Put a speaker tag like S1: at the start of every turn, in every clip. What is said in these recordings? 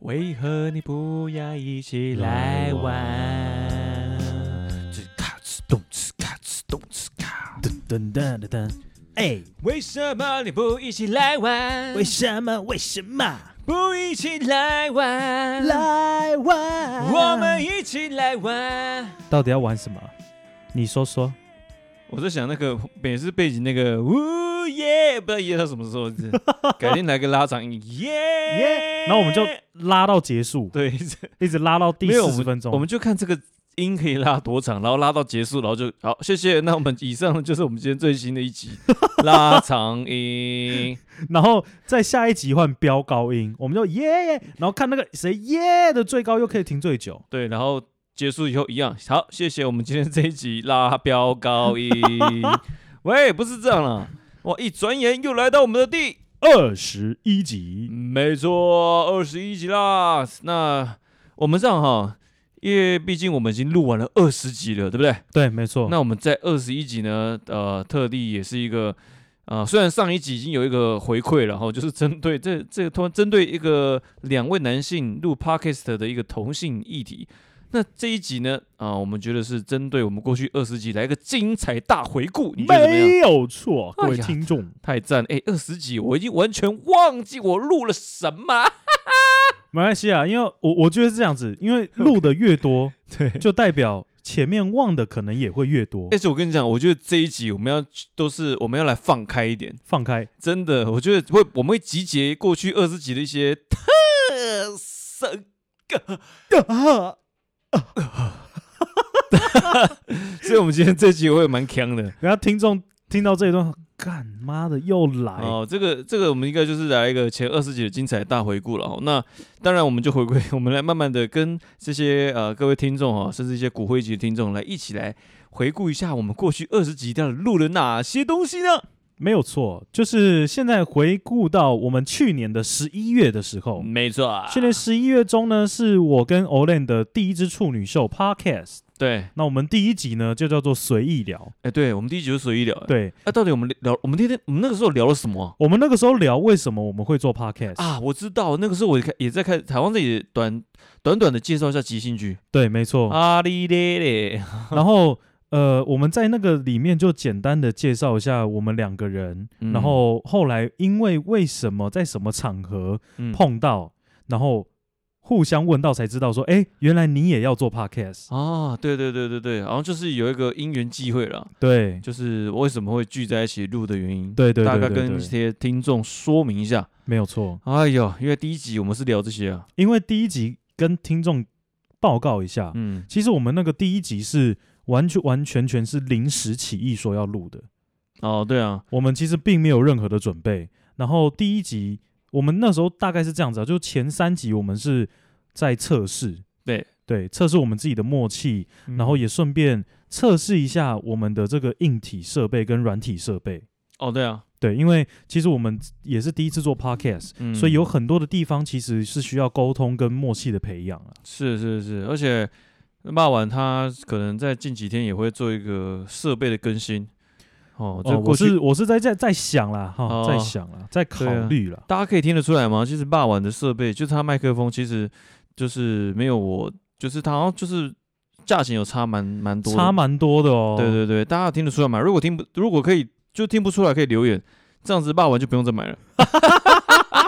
S1: 为何你不要一起来玩？
S2: 吱咔吱咚，吱咔吱咚，吱咔。
S1: 噔噔噔噔噔。
S2: 哎，
S1: 为什么你不一起来玩？
S3: 嗯
S2: 为什么？为什么？
S1: 不一起来玩？
S2: 来玩，
S1: 我们一起来玩。
S3: 到底要玩什么？你说说。
S1: 我在想那个每次背景那个呜耶，不知道耶到什么时候，改天来个拉长音耶耶，
S3: 然后我们就拉到结束，
S1: 对，
S3: 一直拉到第
S1: 没有
S3: 四十分钟。
S1: 我们就看这个音可以拉多长，然后拉到结束，然后就好，谢谢。那我们以上就是我们今天最新的一集拉长音，
S3: 然后在下一集换飙高音，我们就耶，然后看那个谁耶的最高又可以停最久。
S1: 对，然后结束以后一样，好，谢谢。我们今天这一集拉飙高音，喂，不是这样啦，哇，一转眼又来到我们的第
S3: 二十一集，
S1: 没错，二十一集啦。那我们这样哈，因为毕竟我们已经录完了二十集了，对不对？
S3: 对，没错。
S1: 那我们在二十一集呢，呃，特地也是一个，呃，虽然上一集已经有一个回馈了哈， 就是针对这这个突然针对一个两位男性录 podcast 的一个同性议题。那这一集呢，啊、我们觉得是针对我们过去二十集来一个精彩大回顾，你觉得怎么样？
S3: 没有错，各
S1: 哎
S3: 位
S1: 呀
S3: 听众，
S1: 太赞！哎，二十集我已经完全忘记我录了什么。
S3: 马来西亚，啊因为我我觉得是这样子，因为录的越 多，
S1: 对，
S3: 就代表前面忘的可能也会越多。
S1: 但是我跟你讲，我觉得这一集我们要都是我们要来放开一点，
S3: 放开，
S1: 真的，我觉得会我们会集结过去二十集的一些特 色歌，所以我们今天这集我也蛮强的。
S3: 然后听众听到这一段，干妈的又来，
S1: 哦，这个这个我们应该就是来一个前二十集的精彩大回顾了哦。那当然，我们就回归，我们来慢慢的跟这些呃各位听众哦，甚至一些骨灰级的听众来一起来回顾一下我们过去二十集到底录了哪些东西呢？
S3: 没有错，就是现在回顾到我们去年的十一月的时候，
S1: 没错啊，
S3: 去年十一月中呢，是我跟 Olen 的第一支处女秀 Podcast。
S1: 对，
S3: 那我们第一集呢，就叫做随意聊。
S1: 哎，对我们第一集就随意聊，哎，
S3: 对
S1: 那、到底我们聊，我们那天我们那个时候聊了什么啊？
S3: 我们那个时候聊为什么我们会做 Podcast
S1: 啊，我知道，那个时候我也开也在看台湾这里短短短的介绍一下即兴剧，
S3: 对，没错。
S1: 阿里咧咧，
S3: 然后呃，我们在那个里面就简单的介绍一下我们两个人，
S1: 嗯
S3: 然后后来因为为什么在什么场合
S1: 嗯
S3: 碰到，然后互相问到才知道说，哎，原来你也要做 Podcast。
S1: 啊，对对对对对，然后就是有一个因缘际会啦，
S3: 对，
S1: 就是为什么会聚在一起录的原因，
S3: 对对对
S1: 大概
S3: 对
S1: 跟一
S3: 对
S1: 些听众说明一下。
S3: 没有错，
S1: 哎呦，因为第一集我们是聊这些啊，
S3: 因为第一集跟听众报告一下，
S1: 嗯，
S3: 其实我们那个第一集是完全完全全是临时起意说要录的，
S1: 哦，对啊，
S3: 我们其实并没有任何的准备。然后第一集我们那时候大概是这样子啊，就前三集我们是在测试，
S1: 对
S3: 对，测试我们自己的默契，然
S1: 嗯
S3: 后也顺便测试一下我们的这个硬体设备跟软体设备。
S1: 哦，对啊，
S3: 对，因为其实我们也是第一次做 podcast，、
S1: 嗯，
S3: 所以有很多的地方其实是需要沟通跟默契的培养啊。
S1: 是是是，而且骂完他可能在近几天也会做一个设备的更新。哦，这
S3: 哦，
S1: 过
S3: 我
S1: 去、
S3: 是我是在在在想啦，哈，
S1: 哦啊
S3: 在想啦，在考虑啦。
S1: 大家可以听得出来吗？其实霸晚的设备，就是它麦克风，其实就是没有我，就是它好像就是价钱有差蛮蛮多的，
S3: 差蛮多的哦。
S1: 对对对，大家听得出来吗？如果听不，如果可以就听不出来，可以留言，这样子霸晚就不用再买了。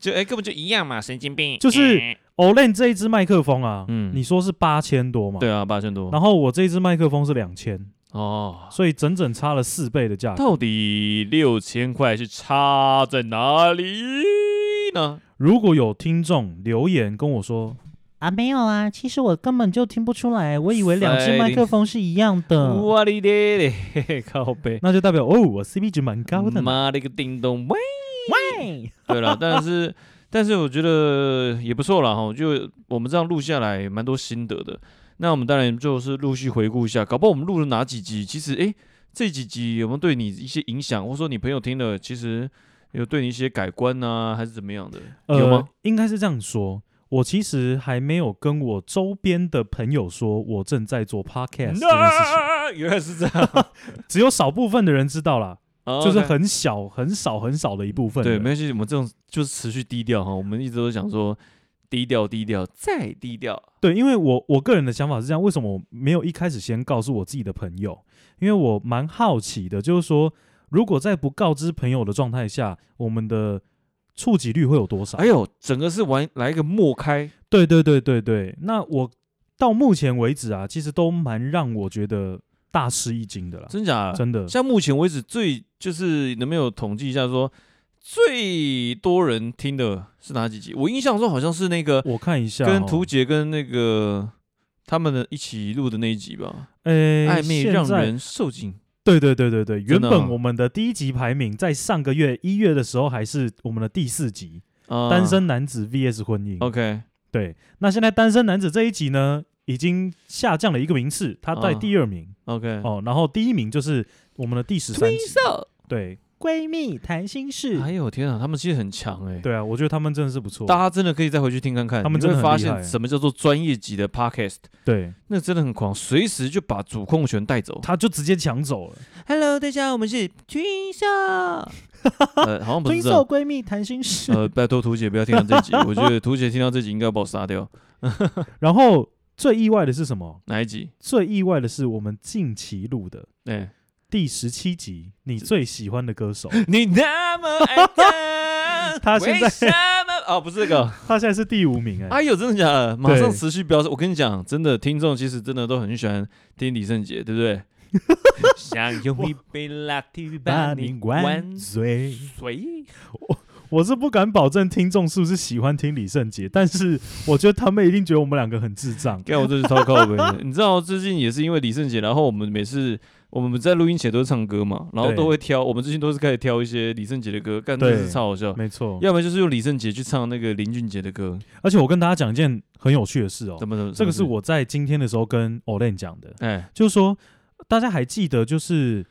S1: 就哎、根本就一样嘛，神经病。
S3: 就是
S1: 嗯
S3: 哦 Olen 这一支麦克风啊，
S1: 嗯
S3: 你说是八千多嘛？
S1: 对。啊，八千多。
S3: 然后我这一支麦克风是两千，
S1: 哦，
S3: 所以整整差了四倍的价格。
S1: 到底六千块是差在哪里呢？
S3: 如果有听众留言跟我说，
S4: 啊，没有啊，其实我根本就听不出来，我以为两只麦
S1: Exciting
S4: 克风是一样的。
S3: 嗯
S1: 我的嘞嘞，嘿嘿 靠背，
S3: 那就代表哦，我 CP 值蛮高的嘛。
S1: 妈了个叮咚喂！
S4: 喂，
S1: 对了， 但是但是我觉得也不错啦哈，就我们这样录下来蛮多心得的。那我们当然就是陆续回顾一下，搞不好我们录了哪几集，其实诶这几集有没有对你一些影响，或者说你朋友听了，其实有对你一些改观呢、还是怎么样的？有吗
S3: 呃？，应该是这样说。我其实还没有跟我周边的朋友说我正在做 podcast 这件事
S1: 原来是这样，
S3: 情，只有少部分的人知道啦，
S1: 哦
S3: 就是
S1: OK
S3: 很小、很少、很少的一部分
S1: 对，
S3: 人。
S1: 没关系，我们这种就是持续低调哈，我们一直都想说。低调低调再低调，
S3: 对，因为我我个人的想法是这样，为什么我没有一开始先告诉我自己的朋友？因为我蛮好奇的，就是说，如果在不告知朋友的状态下，我们的触及率会有多少？
S1: 哎呦，整个是玩来一个默开，
S3: 对对对对对，那我到目前为止啊，其实都蛮让我觉得大吃一惊的啦，
S1: 真假？
S3: 真的。
S1: 像目前为止最就是能不能有统计一下说最多人听的是哪几集？我印象中好像是那个
S3: 我看一下、哦，
S1: 跟图姐跟那个他们的一起录的那一集吧，
S3: 诶
S1: 暧昧
S3: 哎现
S1: 让
S3: 在
S1: 人受尽。
S3: 对对对对对，原
S1: 真的
S3: 本
S1: 哦
S3: 我们的第一集排名在上个月一月的时候还是我们的第四集，
S1: 啊哦
S3: 单身男子 VS 婚姻。
S1: OK，
S3: 对，那现在单身男子这一集呢，已经下降了一个名次，他在
S1: 嗯
S3: 第二名、
S1: OK，
S3: 哦，然后第一名就是我们的第十三集。对
S4: 闺蜜谈心
S1: 哎
S4: 事，
S1: 呦天啊，他们其实很强哎、
S3: 对啊，我觉得他们真的是不错。
S1: 大家真的可以再回去听看看，
S3: 他们
S1: 你
S3: 真的
S1: 会
S3: 很
S1: 发
S3: 厉害
S1: 现什么叫做专业级的 podcast，
S3: 对，
S1: 那真的很狂，随时就把主控权带走。
S3: 他就直接抢走了。
S1: Hello，大家，我们是军校，呃，好像不
S4: 遵
S1: 是这
S4: 守
S1: 样。
S4: 闺蜜谈心事。
S1: 呃，拜托图姐不要听到这 集，我觉得图姐听到这集应该要把我杀掉。
S3: 然后最意外的是什么？
S1: 哪一集？
S3: 最意外的是我们近期录的
S1: 哎、
S3: 第十七集，你最喜欢的歌手，
S1: 你那么爱 他
S3: 他现在
S1: 为什么？哦，不是这个。
S3: 他现在是第五名哎、
S1: 哎呦，真的假的？马上
S3: 对
S1: 持续飙升！我跟你讲，真的，听众其实真的都很喜欢听李圣杰，对不 对？想用一杯 latte 把你灌
S3: 醉。
S1: 醉。
S3: 我是不敢保证听众是不是喜欢听李圣杰，但是我觉得他们一定觉得我们两个很智障。
S1: 干我这是超靠背 的，你知道最近也是因为李圣杰，然后我们每次我们在录音前都是唱歌嘛，然后
S3: 对
S1: 都会挑，我们最近都是开始挑一些李圣杰的歌，干真
S3: 对
S1: 的是超好笑。
S3: 没错，
S1: 要不然就是用李圣杰去唱那个林俊杰的歌，
S3: 而且我跟大家讲一件很有趣的事哦，
S1: 怎么怎么？
S3: 这个是
S1: 怎么
S3: 我在今天的时候跟 Olen 讲的，
S1: 哎
S3: 就是说大家还记得，就是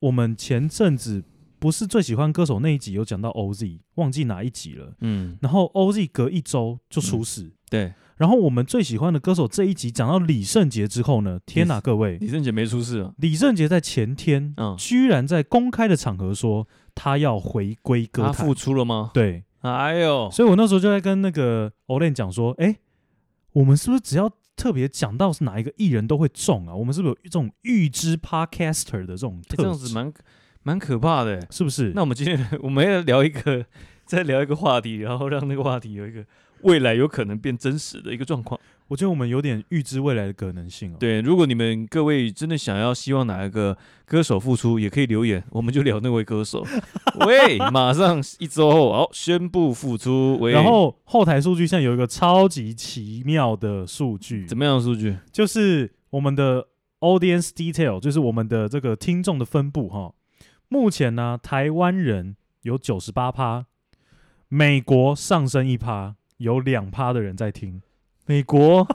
S3: 我们前阵子不是最喜欢歌手那一集有讲到 OZ，忘记哪一集了。
S1: 嗯
S3: 然后 OZ 隔一周就出事，
S1: 对，
S3: 然后我们最喜欢的歌手这一集讲到李圣杰之后
S1: 嗯
S3: 呢，天哪，各位，
S1: 李圣杰没出事啊，
S3: 李圣杰在前天
S1: 嗯，
S3: 居然在公开的场合说他要回归歌
S1: 他
S3: 坛
S1: 复。出了吗？
S3: 对，
S1: 哎呦，
S3: 所以我那时候就在跟那个 Olen 讲说，哎、我们是不是只要特别讲到是哪一个艺人都会中啊？我们是不是有这种预知 Podcaster 的这种
S1: 欸
S3: 特质？
S1: 这样子蛮蛮可怕的欸。
S3: 是不是？
S1: 那我们今天 我们要聊一个，再聊一个话题，然后让那个话题有一个未来有可能变真实的一个状况。
S3: 我觉得我们有点预知未来的可能性哦、，
S1: 对，如果你们各位真的想要希望哪一个歌手复出，也可以留言，我们就聊那位歌 手。喂，马上一周后，好宣布复出。喂，
S3: 然后后台数据现在有一个超级奇妙的数据，
S1: 怎么样？数据？
S3: 就是我们的 audience detail，就是我们的这个听众的分布哈。目前呢，台湾人有九十八趴，美国上升一趴，有两趴的人在听。
S1: 美国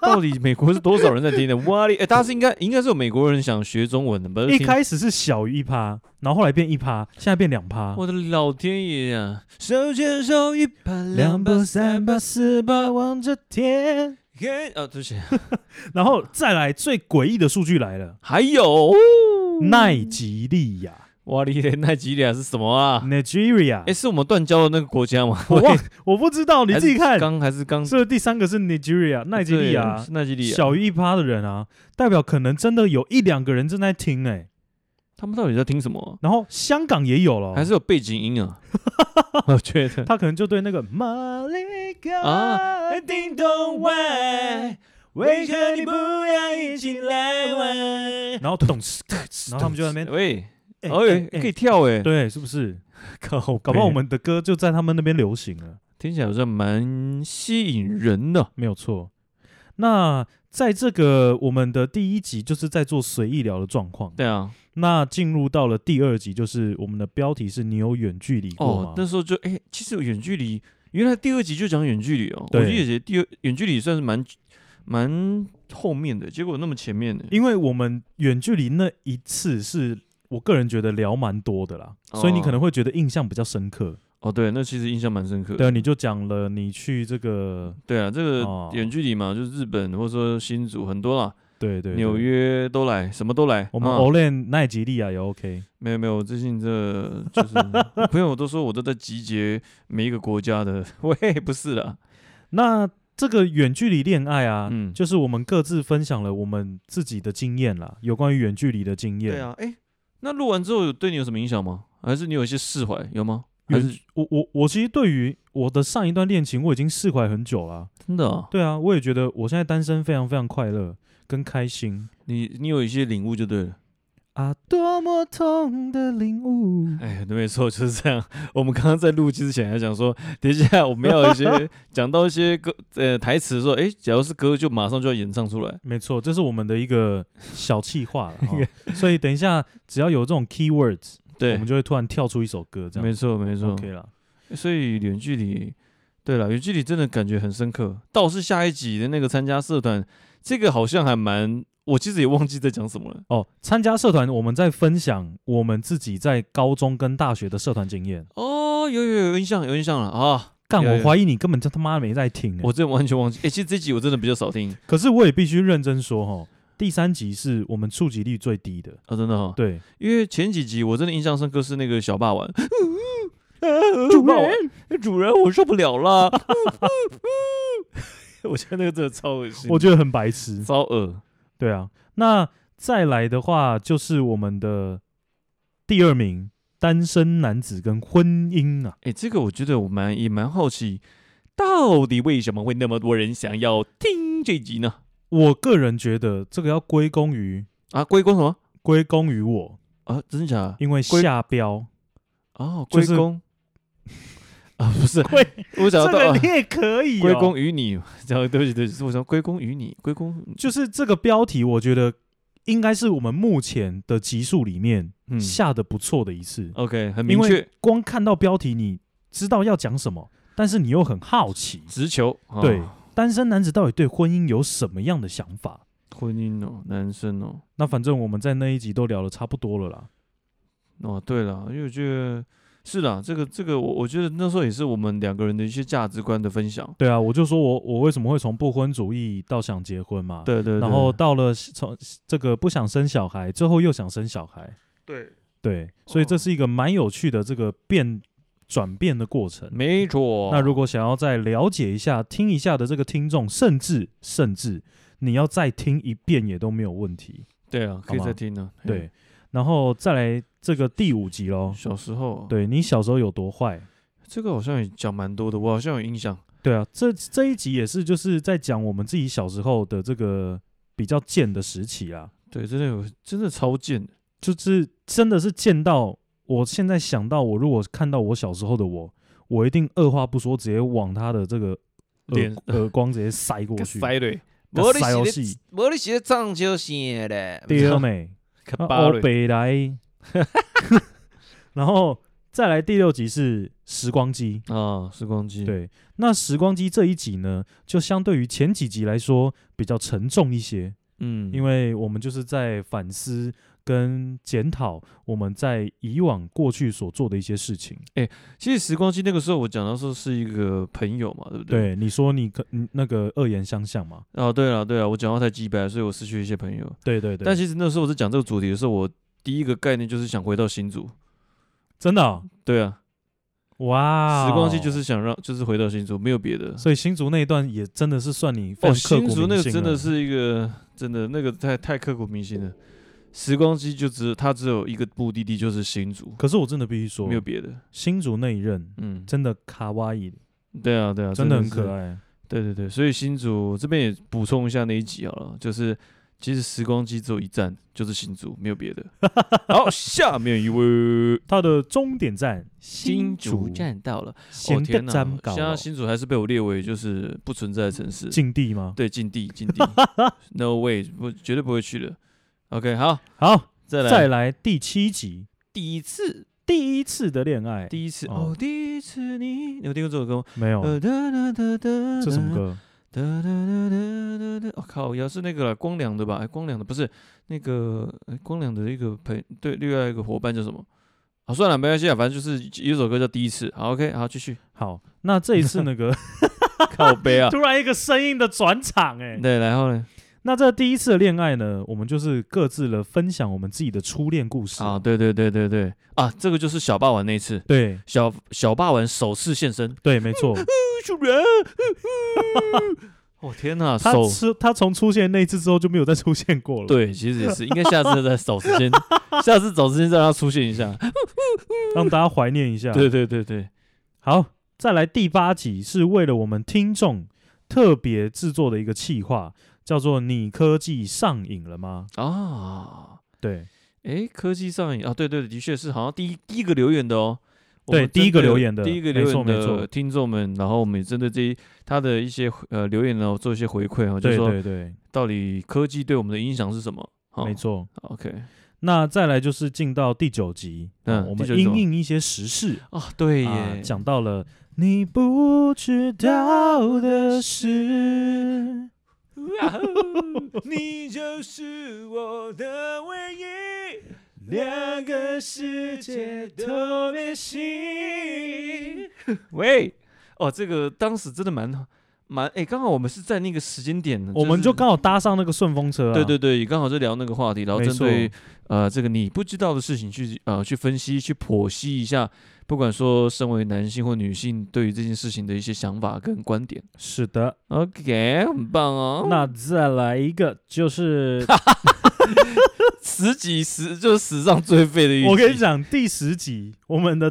S1: 到底美国是多少人在听的？哇哩！哎，大家是应该应该是有美国人想学中文的吧？
S3: 一
S1: 听
S3: 开始是小于一趴，然后后来变一趴，现在变两趴。
S1: 我的老天爷呀、手牵手一把
S3: 两
S1: 两把
S3: 把
S1: 三
S3: 三
S1: 把
S3: 把，四把望着天，
S1: 嘿哦，对不起，
S3: 然后再来最诡异的数据来了，
S1: 还有嗯
S3: 奈及利亚
S1: 哇哩嘞，奈吉利亚是什么啊？
S3: （Nigeria），、
S1: 哎，是我们断交的那个国家吗？
S3: 嗯我忘我不知道，你自己看，
S1: 刚还是刚
S3: 是不是第三个是 Nigeria 奈及利
S1: 嗯哦对
S3: 亚
S1: 是，奈吉利亚，
S3: 小于一趴的人啊，代表可能真的有一两个人正在听哎、
S1: 他们到底在听什么？
S3: 然后香港也有了，哦
S1: 还是有背景音 啊？我觉 得
S3: 他可能就对那个玛丽卡
S1: 啊
S3: 叮咚外，为何你不要一起来玩？然后咚，然后他们就在那 边
S1: 喂，
S3: 哎
S1: 哎，
S3: 哎哎
S1: 可以跳哎，
S3: 对，是不是？
S1: 靠北，
S3: 搞不好我们的歌就在他们那边流行了，
S1: 听起来好像蛮吸引人的。
S3: 没有错。那在这个我们的第一集就是在做随意聊的状况，
S1: 对啊，
S3: 那进入到了第二集，就是我们的标题是“你有远距离过吗
S1: 哦，？”那时候就哎、其实远距离，原来第二集就讲远距离哦。我
S3: 对
S1: 记得第二远距离算是蛮蛮后面的，结果那么前面的。
S3: 因为我们远距离那一次是我个人觉得聊蛮多的啦，
S1: 哦
S3: 所以你可能会觉得印象比较深刻。
S1: 哦，对，那其实印象蛮深刻的。
S3: 对啊，你就讲了你去这个，
S1: 对啊，这
S3: 哦
S1: 个远距离嘛，就是日本或者说新竹很多啦，
S3: 对对对
S1: 纽，约都来，什么都来。
S3: 我们
S1: 啊
S3: Olen 奈吉利亚也 OK。
S1: 没有没有，我最近这 就是我朋友都说我都在集结每一个国家的，喂，不是啦，
S3: 那这个远距离恋爱啊，
S1: 嗯
S3: 就是我们各自分享了我们自己的经验啦，有关于远距离的经验。
S1: 对啊，哎，那录完之后有对你有什么影响吗？还是你有一些释怀，有吗？还
S3: 远，
S1: 是
S3: 我我我其实对于我的上一段恋情，我已经释怀很久了啊、
S1: 真的啊？
S3: 对啊，我也觉得我现在单身非常非常快乐跟开心
S1: 你你有一些领悟就对了。
S3: 啊，多么痛的领悟。
S1: 哎，对，没错，就是这样。我们刚刚在录之前还讲说，等一下我们要有一 些讲到一些歌呃台词的时候，哎，假如是歌就马上就要演唱出来。
S3: 没错，这是我们的一个小气话了、 哦所以等一下只要有这种 keywords，我
S1: 对
S3: 们，就会突然跳出一首歌，这样
S1: 没错没错。
S3: OK 了。
S1: 所以远距离，对了，远距离真的感觉很深刻。倒是下一集的那个参加社团，这个好像还蛮，我其实也忘记在讲什么了。
S3: 哦，参加社团，我们在分享我们自己在高中跟大学的社团经验。
S1: 哦，有有有印象，有印象了啊！
S3: 干，
S1: 有有
S3: 我怀疑你根本就他妈没在听、欸。
S1: 我真的完全忘记。哎、其实这集我真的比较少听
S3: 可是我也必须认真说哈，第三集是我们触及率最低的。
S1: 啊、真的哈、
S3: 对，
S1: 因为前几集我真的印象深刻是那个小霸 王，
S4: 主
S1: 霸王
S4: 人，
S1: 主人我受不了了， 我觉得那个真的超恶心，
S3: 我觉得很白痴。
S1: 超恶。
S3: 对啊，那再来的话就是我们的第二名，单身男子跟婚姻啊。
S1: 哎、这个我觉得我蛮也蛮好奇，到底为什么会那么多人想要听这集呢？
S3: 我个人觉得这个要归功于
S1: 啊，归功什么？
S3: 归功于我，
S1: 啊，真的假的？
S3: 因为
S1: 归
S3: 下标
S1: 哦，
S3: 就
S1: 归
S3: 是
S1: 功、 啊，不是， 我想
S3: 这
S1: 到
S3: 个
S1: 啊
S3: 你也可以、哦
S1: 归功于你， 然后对不起对不起，我想归功于你，归功
S3: 就是这个标题，我觉得应该是我们目前的集数里面
S1: 嗯
S3: 下的不错的一次，
S1: ，OK，很明
S3: 因为
S1: 确，
S3: 光看到标题，你知道要讲什么，但是你又很好奇，
S1: 直球，哦
S3: 对单身男子到底对婚姻有什么样的想法？
S1: 婚姻哦，男生哦，
S3: 那反正我们在那一集都聊的差不多了啦。
S1: 哦，对了，因为我觉得是啦，这个这个我我觉得那时候也是我们两个人的一些价值观的分享，
S3: 对啊，我就说我我为什么会从不婚主义到想结婚嘛，
S1: 对对对，
S3: 啊然后到了从这个不想生小孩，最后又想生小孩，
S1: 对，
S3: 对，所以这是一个蛮有趣的这个变转变的过程。
S1: 没错，
S3: 那如果想要再了解一下、听一下的这个听众，甚至甚至你要再听一遍也都没有问题。
S1: 对啊，可以
S3: 好吗
S1: 再听呢，嘿，
S3: 对，然后再来这个第五集喽。
S1: 小时候，，
S3: 对你小时候有多坏？
S1: 这个好像也讲蛮多的，我好像有印象，
S3: 对啊，这这一集也是就是在讲我们自己小时候的这个比较贱的时期啦，
S1: 对，真的有，真的超贱的，
S3: 就是真的是贱到我现在想到我如果看到我小时候的我，我一定二话不说直接往他的这个
S1: 脸
S3: 耳耳光直接塞 过
S1: 给
S3: 去，
S1: 塞对。
S3: 给
S2: 无你
S3: 塞游
S2: 是
S3: 戏，
S2: 无你是咧藏就行咧。
S3: 对没？
S1: 可
S3: 啊欧北来， 然后再来第六集是时光机。
S1: 啊，时光机，，
S3: 对，那时光机这一集呢，就相对于前几集来说比较沉重一些，
S1: 嗯，
S3: 因
S1: 为
S3: 为我们就是在反思跟检讨我们在以往过去所做的一些事情。
S1: 其实时光机那个时候我讲到说是一个朋友嘛，对不对？
S3: 对，你说你可你那个恶言相向嘛？
S1: 对。哦，对了对了，我讲话太鸡掰，所以我失去一些朋友。
S3: 对对对，
S1: 但其实那时候我在讲这个主题的时候，我第一个概念就是想回到新竹。
S3: 真的哦、
S1: 对啊，
S3: 哇，哦
S1: 时光机就是，想让，就是回到新竹，没有别的。
S3: 所以新竹那一段也真的是算你非
S1: 哦，
S3: 常
S1: 新
S3: 刻骨
S1: 竹那
S3: 铭
S1: 个
S3: 心啊
S1: 真
S3: 了
S1: 的是一个，真的那个太太刻骨铭心了。时光机就只它只有一个目的地，就是新竹，
S3: 可是我真的必须说
S1: 没，有别的。
S3: 新竹那一任
S1: 嗯，
S3: 真的卡哇伊，
S1: 对啊对啊，
S3: 真的很
S1: 是
S3: 可爱。
S1: 对对对，所以新竹这边也补充一下那一集好了，就是其实时光机只有一站，就是新竹，没有别的。好，下面一 位
S3: 它的终点站新
S1: 竹，站到了，哦
S3: 先
S1: 天
S3: 跟
S1: 哪！
S3: 站搞
S1: 现在新竹还是被我列为就是不存在的城市，
S3: 境地吗？
S1: 对，禁地禁 地，no way，我绝对不会去的。OK，好，
S3: 好，
S1: 再来，
S3: 再来第七集，
S1: 第一次，
S3: 第一次的恋爱，
S1: 第一次
S3: 哦
S1: 哦，第一次你，你有听过这首歌吗？
S3: 没有
S1: 呃哒哒哒哒
S3: 这什么
S1: 哒
S3: 歌？
S1: 哒哒哒哒哒哒！我哦靠，也是那个啦光良的吧？哎，光良的不是那个哎光良的一个朋对另外一个伙伴叫什么？好，算了，没关系啊，反正就是有一首歌叫《第一次》。好，OK，好， 继续
S3: 好， 那这一次那个
S1: 靠背啊。
S3: 突然一个声音的转场，哎，
S1: 对，然后呢？
S3: 那这第一次的恋爱呢，我们就是各自的分享我们自己的初恋故事
S1: 啊，。对对对对对啊，这个就是小霸王那一次，
S3: 对
S1: 小小霸王首次现身，
S3: 对，没错，
S1: 主人， 我、哦天哪，
S3: 他
S1: 手
S3: 出他从出现那一次之后就没有再出现过了。，
S1: 对，其实也是应该下 次再找时间，下次找时间再让他出现一下。
S3: 让大家怀念一下。
S1: 对，对对对，
S3: 好，再来第八集是为了我们听众特别制作的一个企划，叫做“你科技上瘾了吗
S1: 啊，”。
S3: 对
S1: 诶，科技上瘾啊，对对，的确是，好像第一第一个留言的哦。我
S3: 对
S1: 们
S3: 第一
S1: 针
S3: 个
S1: 对
S3: 留言的
S1: 第一个
S3: 没
S1: 留
S3: 错
S1: 言
S3: 没
S1: 的
S3: 错
S1: 听众们，然后我们也针对这一他的一些呃留言呢，做一些回馈哦，就
S3: 对
S1: 是说
S3: 对对，
S1: 到底科技对我们的影响是什么？哦
S3: 没错。
S1: ，OK
S3: 那再来就是进到第九集，
S1: 嗯
S3: 啊我
S1: 第
S3: 们
S1: 九集什
S3: 因
S1: 么
S3: 应一些时事
S1: 啊，对
S3: 啊
S1: 耶，，
S3: 讲到了你不知道的
S1: 嗯
S3: 事。
S1: 你就是我的唯一，
S3: 两个世界
S1: 特别新。喂，哦，这个当时真的蛮蛮哎，刚好我们是在那个时间点呢，
S3: 我们
S1: 是
S3: 就刚好搭上那个顺风车、啊，
S1: 对对对，刚好就聊那个话题，然后
S3: 没
S1: 针
S3: 错
S1: 对呃这个你不知道的事情去呃去分析、去剖析一下，不管说身为男性或女性对于这件事情的一些想法跟观点。
S3: 是的。
S1: OK，很棒哦。
S3: 那再来一个，就是
S1: 十几十就是史上最废的一集，
S3: 我跟你讲，第十集我们的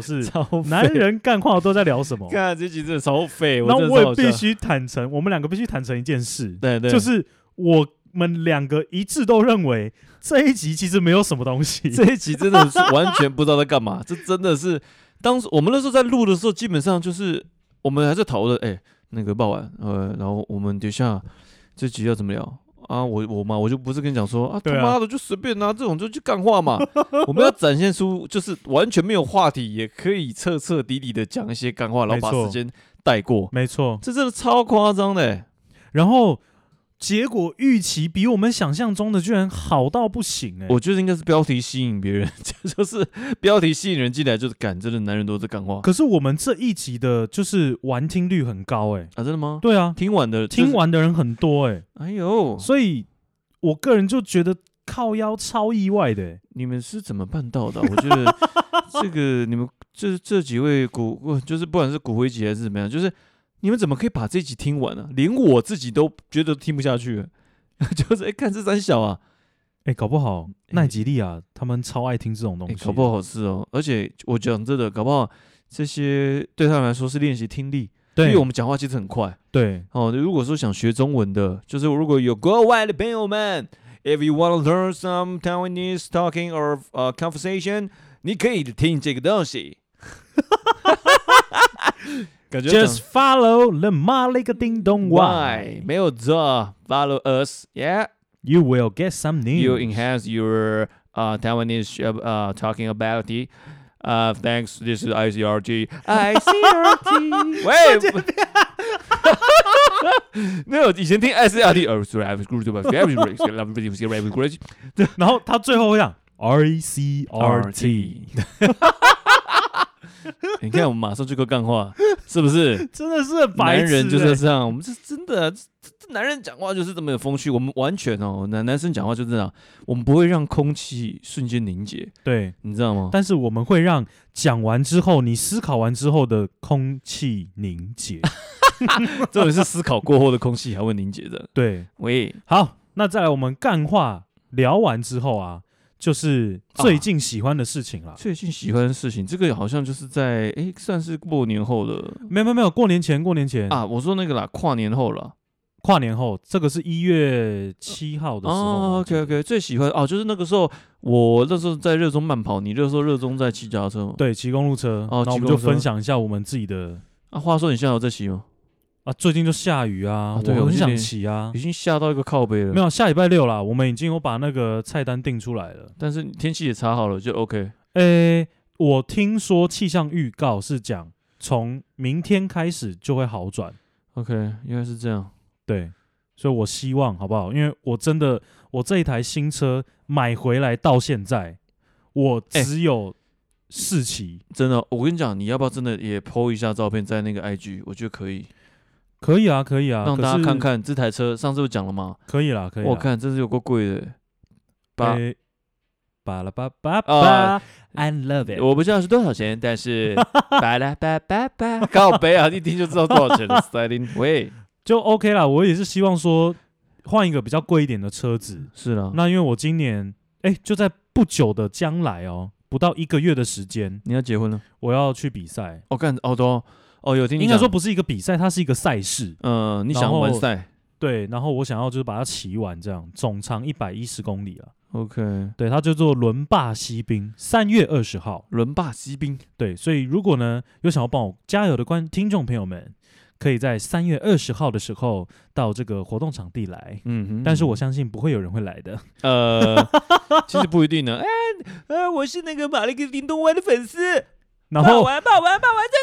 S3: 是“男人干话都在聊什么
S1: 看这集真的超废，”。
S3: 那
S1: 真的
S3: 我
S1: 超好
S3: 也
S1: 笑
S3: 必须坦诚，我们两个必须坦诚一件事，
S1: 对对，
S3: 就是我们两个一致都认为这一集其实没有什么东 西。
S1: 这一集真的是完全不知道在干嘛，这真的是当时我们那时候在录的时候，基本上就是我们还在讨论，哎、那个傍晚，呃，然后我们等一下这集要怎么聊啊？我我嘛，我就不是跟你讲说啊，他
S3: 对啊
S1: 妈的就随便拿、这种就去干话 嘛，我们要展现出就是完全没有话题，也可以彻彻底底的讲一些干话，然后把
S3: 没错
S1: 时间带过，
S3: 没错，
S1: 这真的超夸张的、欸
S3: 然后结果预期比我们想象中的居然好到不行哎、
S1: 我觉得应该是标题吸引别人， 这就是标题吸引人进来，就是感真的男人都在干话
S3: 可是我们这一集的就是完听率很高哎、
S1: 啊，真的吗？
S3: 对啊，
S1: 听完的、
S3: 听，完的人很多哎、
S1: 哎呦，
S3: 所以我个人就觉得靠腰超意外的、欸。
S1: 你们是怎么办到的啊？我觉 得这个你们这这几位骨，呃就是不管是骨灰级还是怎么样，就是你们怎么可以把这集听完呢、啊连我自己都觉得听不下去了， 就是哎，看这三小啊，
S3: 哎、搞不好奈吉利亚他们超爱听这种东
S1: 哎，
S3: 西，
S1: 搞不好是哦。而且我讲真的，搞不好这些对他们来说是练习听力，因
S3: 对
S1: 为我们讲话其实很快。
S3: 对
S1: 哦，如果说想学中文的，就是如果有国外的朋友们，if you want to learn some Taiwanese talking or 呃 conversation，你可以听这个东西。感觉
S3: ，Just follow the m 了个叮咚
S1: why
S3: why
S1: 没有错，follow us，yeah，you
S3: you will get some news。
S1: enhance your 呃 Taiwanese 呃 talking ability。呃 t h a n k s this is ICRG，ICRG，喂，不没有，以前听 ICRT，呃，sorry，
S3: 然后他最后会讲 R E C R T，
S1: 你看，我们马上就够干话，是不是？
S3: 真的是 白
S1: 男
S3: 痴欸
S1: 人就是这样，我们是真的，这这男人讲话就是这么有风趣。我们完全哦，男男生讲话就这样，我们不会让空气瞬间凝结，
S3: 对。
S1: 你知道吗？
S3: 但是我们会让讲完之后，你思考完之后的空气 凝结。
S1: 这种是思考过后的空气还会凝结的。
S3: 对，
S1: 喂，
S3: 好，那再来我们干话聊完之后啊，就是最近喜欢的事情啦。
S1: 最近喜欢的事情，这个好像就是在哎，算是过年后了
S3: 没有没有没有，过年前过年前、
S1: 啊。我说那个啦，跨年后了。
S3: 跨年后，这个是一月七号的时候。
S1: 哦，OK OK，最喜欢哦，就是那个时候我那时候在热衷慢跑，你那时候热衷在骑脚踏车吗？
S3: 对，骑公路车，
S1: 哦
S3: 那我
S1: 骑
S3: 们
S1: 公
S3: 就
S1: 路车
S3: 分享一下我们自己的
S1: 啊，话说你现在有在骑吗？
S3: 啊，最近就下雨
S1: 啊
S3: 啊，
S1: 对
S3: 我
S1: 我
S3: 很
S1: 记得
S3: 想
S1: 你
S3: 骑啊
S1: 已。经吓到一个靠背了。
S3: 没有，下礼拜六啦，我们已经有把那个菜单定出来了。
S1: 但是天气也查好了，就 OK。
S3: 诶，我听说气象预告是讲从明天开始就会好转，
S1: OK，原来是这样。
S3: 对，所以我希望好不好？因为我真的，我这一台新车买回来到现在，我只有试骑，
S1: 真的，我跟你讲，你要不要真的也 PO 一下照片在那个 IG？我觉得可以。
S3: 可以啊，可以啊，
S1: 让大
S3: 可
S1: 家
S3: 是
S1: 看，看这台车。上次我讲了嘛，
S3: 可以啦，可以啦。
S1: 我看真是有够贵的。八，
S3: 诶，巴拉巴巴
S1: 啊
S3: 巴，I love it。
S1: 我不知道是多少钱，但 是巴拉巴巴巴， 靠背啊，一听就知道多少钱了。Styling，喂，
S3: 就 OK 啦。我也是希望说换一个比较贵一点的车子。
S1: 是啦，
S3: 那因为我今年哎、就在不久的将来哦，不到一个月的时间，
S1: 你要结婚了？
S3: 我要去比赛。
S1: 哦，干哦都哦，有听你
S3: 应该
S1: 讲
S3: 说，不是一个比赛，它是一个赛事。
S1: 嗯，你
S3: 然
S1: 想完
S3: 后
S1: 赛
S3: 对，然后我想要就是把它骑完，这样总长一百一十公里啊。
S1: ，OK，
S3: 对，它叫做伦霸西兵，三月二十号。
S1: 轮霸西兵，
S3: 对，所以如果呢有想要帮我加油的观听众朋友们，可以在三月二十号的时候到这个活动场地来。
S1: 嗯哼，
S3: 但是我相信不会有人会来的。
S1: 呃，其实不一 定呢。哎，呃，我是那个马力跟林东湾的粉丝，
S3: 然后
S1: 玩霸玩霸玩在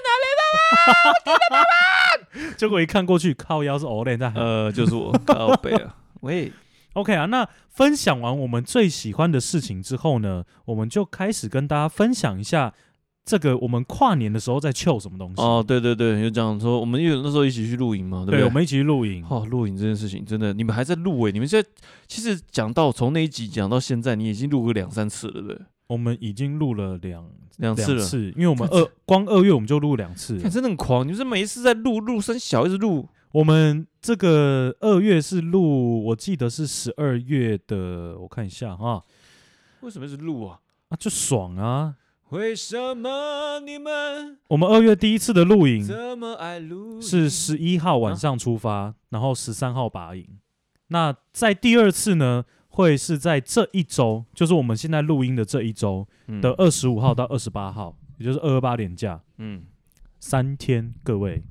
S3: 结果一看过去，靠腰是 Olay 在喊。
S1: 呃，就是我靠背啊，喂，
S3: OK 啊，那分享完我们最喜欢的事情之后呢，我们就开始跟大家分享一下这个我们跨年的时候在 chill 什么东西。
S1: 哦，对对对，有讲说我们因为那时候一起去露营嘛，对不
S3: 对，我们一起去露营。
S1: 哦，录影这件事情真的，你们还在录欸诶，你们现在其实讲到从那一集讲到现在，你已经录个两三次了，对不对，
S3: 我们已经录了两
S1: 两次
S3: 两
S1: 了，
S3: 次，因为我们二光二月我们就录两次了
S1: 看。真的很狂，你们是每一次在录录声小，一直录，
S3: 我们这个二月是录，我记得是十二月的，我看一下哈，
S1: 为什么是录啊？
S3: 啊就爽啊！
S1: 为什么你们
S3: 我们二月第一次的露营
S1: 这么爱录影？
S3: 是十一号晚
S1: 啊
S3: 上出发，然后十三号拔营。那在第二次呢，会是在这一周，就是我们现在录音的这一周
S1: 嗯
S3: 的，二十五号到二十八号，也就是二二八连假
S1: 嗯，
S3: 三天。各位，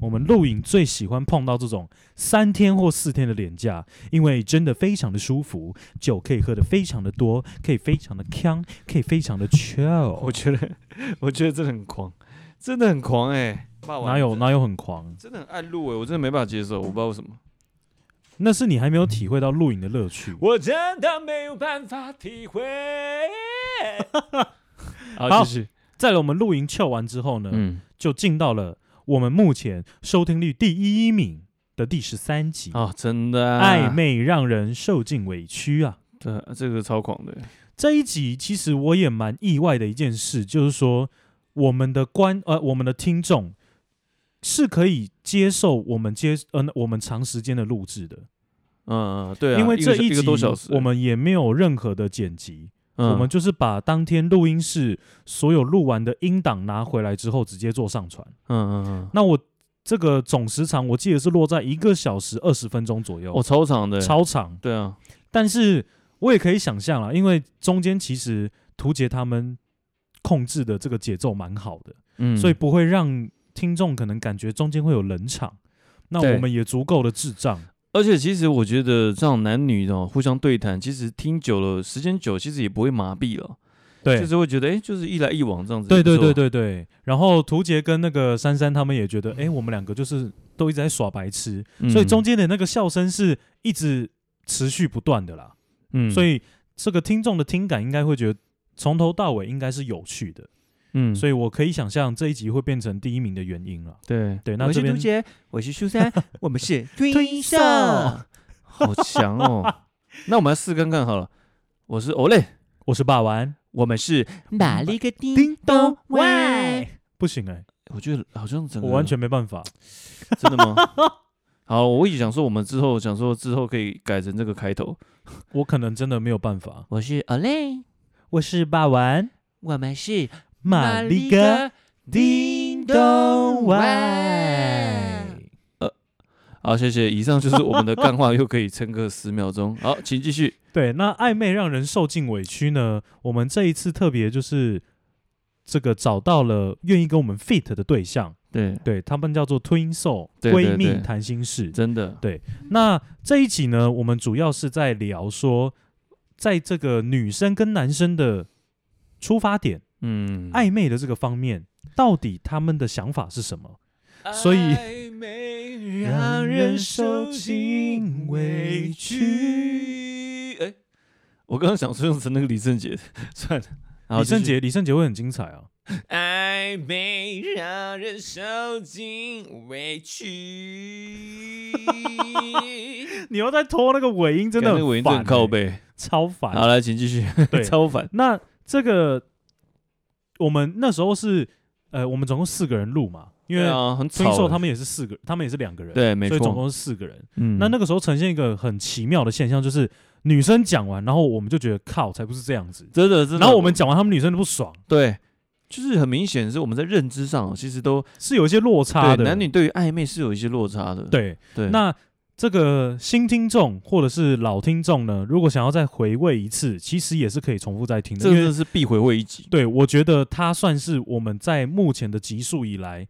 S3: 我们露营最喜欢碰到这种三天或四天的连假，因为真的非常的舒服，酒可以喝的非常的多，可以非常的康，可以非常的 chill。
S1: 我觉得， 我觉得真的很狂，真的很狂哎、霸王
S3: 哪有
S1: 真
S3: 哪有很狂？
S1: 真的很爱录哎、我真的没办法接受，我不知道为什么。
S3: 那是你还没有体会到露营的乐趣。
S1: 我真的没有办法体 会。好，
S3: 好
S1: 继续。
S3: 在我们露营 chill 完之后呢，
S1: 嗯，
S3: 就进到了我们目前收听率第一名的第十三集。
S1: 哦，真的
S3: 暧，昧让人受尽委屈啊！
S1: 对，这个超狂的。
S3: 这一集其实我也蛮意外的一件事，就是说我们的观呃我们的听众是可以接受我们接呃我们长时间的录制的，
S1: 嗯，嗯对啊，
S3: 因为这
S1: 一个
S3: 一
S1: 一
S3: 集
S1: 个多小时，
S3: 我们也没有任何的剪辑，
S1: 嗯
S3: 我们就是把当天录音室所有录完的音档拿回来之后直接做上传。
S1: 嗯嗯
S3: 那我这个总时长我记得是落在一个小时二十分钟左右，
S1: 嗯，我超长的，
S3: 超长。
S1: 对啊，
S3: 但是我也可以想象啦，因为中间其实图杰他们控制的这个节奏蛮好的，
S1: 嗯，
S3: 所以不会让听众可能感觉中间会有冷场。那
S1: 对
S3: 我们也足够的智障，
S1: 而且其实我觉得这样男女哦互相对谈，其实听久了，时间久，其实也不会麻痹了，
S3: 对
S1: 就。是会觉得哎，就是一来一往这样子，
S3: 对对
S1: 不错
S3: 对，对对，然后图杰跟那个珊珊他们也觉得，哎、我们两个就是都一直在耍白痴，
S1: 嗯
S3: 所以中间的那个笑声是一直持续不断的啦。
S1: 嗯，
S3: 所以这个听众的听感应该会觉得从头到尾应该是有趣的，
S1: 嗯，
S3: 所以我可以想象这一集会变成第一名的原因了。
S1: 对
S3: 对，那这边
S2: 杰，我是苏珊，我 们是
S4: 推手
S1: 好强 哦。那我们来试看看好了。我是 Olay，
S3: 我是霸王，
S1: 我们是，
S2: 马力个叮
S4: 叮
S2: 咚
S4: 咚
S2: 外
S4: 外。
S3: 不行哎、
S1: 我觉得好像整个
S3: 我完全没办法。
S1: 真 的吗？好，我一直想说，我们之后想说之后可以改成这个开头。
S3: 我可能真的没有办法。
S2: 我是 Olay，
S3: 我是霸王
S2: 我们是
S3: 玛丽哥叮咚外。
S1: 好，谢谢。以上就是我们的干话，又可以撑个十秒钟。好，请继续。
S3: 对，那暧昧让人受尽委屈呢？我们这一次特别就是这个找到了愿意跟我们 fit 的对象，
S1: 对，
S3: 对他们叫做 Twin Soul
S1: 对对
S3: 闺蜜
S1: 对
S3: 谈心事。
S1: 真的，
S3: 那这一集呢，我们主要是在聊说，在这个女生跟男生的出发点、
S1: 嗯，
S3: 暧昧的这个方面，到底他们的想法是什么？所以
S1: 暧昧让人受尽委屈。哎、我刚刚想说用成那个李圣杰的，算了。好
S3: 李圣，
S1: 继续
S3: 杰，李圣杰会很精彩啊！
S1: 爱被让人受尽委屈。
S3: 你又在拖那个尾 音，真的
S1: 感觉尾音真的
S3: 很
S1: 很
S3: 烦欸
S1: 靠背。
S3: 超烦。
S1: 好，来，请继续。
S3: 对
S1: 超烦。
S3: 那这个我们那时候是呃，我们总共四个人录嘛，因为
S1: 对啊，很
S3: 春
S1: 吵
S3: 秀
S1: 欸。
S3: 他们也是四个，他们也是两个人，，
S1: 对，没
S3: 所以总
S1: 错。
S3: 共是四个人。
S1: 嗯
S3: 那那个时候呈现一个很奇妙的现象，就是女生讲完，然后我们就觉得靠，才不是这样子。
S1: 真的真的。
S3: 然后我们讲完，他们女生都不爽，
S1: 对，就是很明显是我们在认知上其实都
S3: 是有一些落差
S1: 对
S3: 的。
S1: 男女对于暧昧是有一些落差的。
S3: 对，
S1: 对，
S3: 那这个新听众或者是老听众呢，如果想要再回味一次，其实也是可以重复再听的，
S1: 这
S3: 因
S1: 真
S3: 为
S1: 的是必回味一集。
S3: 对我觉得它算是我们在目前的集数以来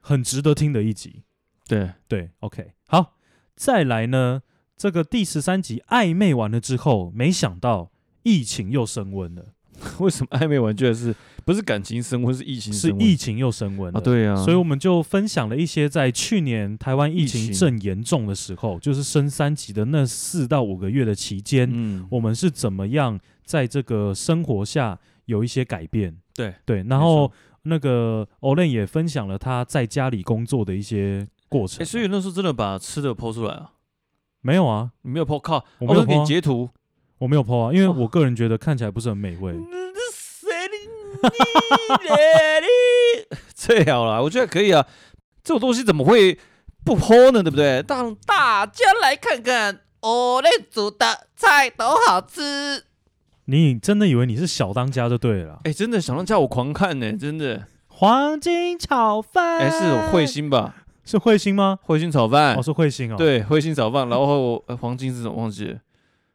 S3: 很值得听的一集。
S1: 对，
S3: 对，OK，好，再来呢，这个第十三集暧昧完了之后，没想到疫情又升温了，
S1: 为什么暧昧完居然是不是感情升温，是疫情
S3: 是
S1: 嗯升温
S3: 疫情又升温了。
S1: 啊？对啊，
S3: 所以我们就分享了一些在去年台湾疫
S1: 疫
S3: 情
S1: 情
S3: 正严重的时候，就是升三级的那四到五个月的期间，
S1: 嗯，
S3: 我们是怎么样在这个生活下有一些改变。
S1: 对
S3: 对，然
S1: 没
S3: 后
S1: 错
S3: 那个 Olen 也分享了他在家里工作的一些过程。
S1: 哎，所以那时候真的把吃的剖出来啊？
S3: 没有啊，
S1: 你没有剖靠，
S3: 我
S1: 我
S3: 没有
S1: 说
S3: 剖啊
S1: 你截图，
S3: 我没有 PO 啊，
S1: 哦
S3: 因为我个人觉得看起来不是很美味。
S1: 最好啦，我觉得可以啊。这种东西怎么会不剖呢？对不对？大大家来看看，我那煮的菜都好吃。
S3: 你真的以为你是小当家就对了啦？
S1: 哎，真的想让叫我狂看呢、真的。
S3: 黄金炒饭，
S1: 哎，是有彗星吧？
S3: 是彗星吗？
S1: 彗星炒饭
S3: 哦，，是彗星哦。，
S1: 哎对，彗星炒饭，然后呃黄金是什么忘记了？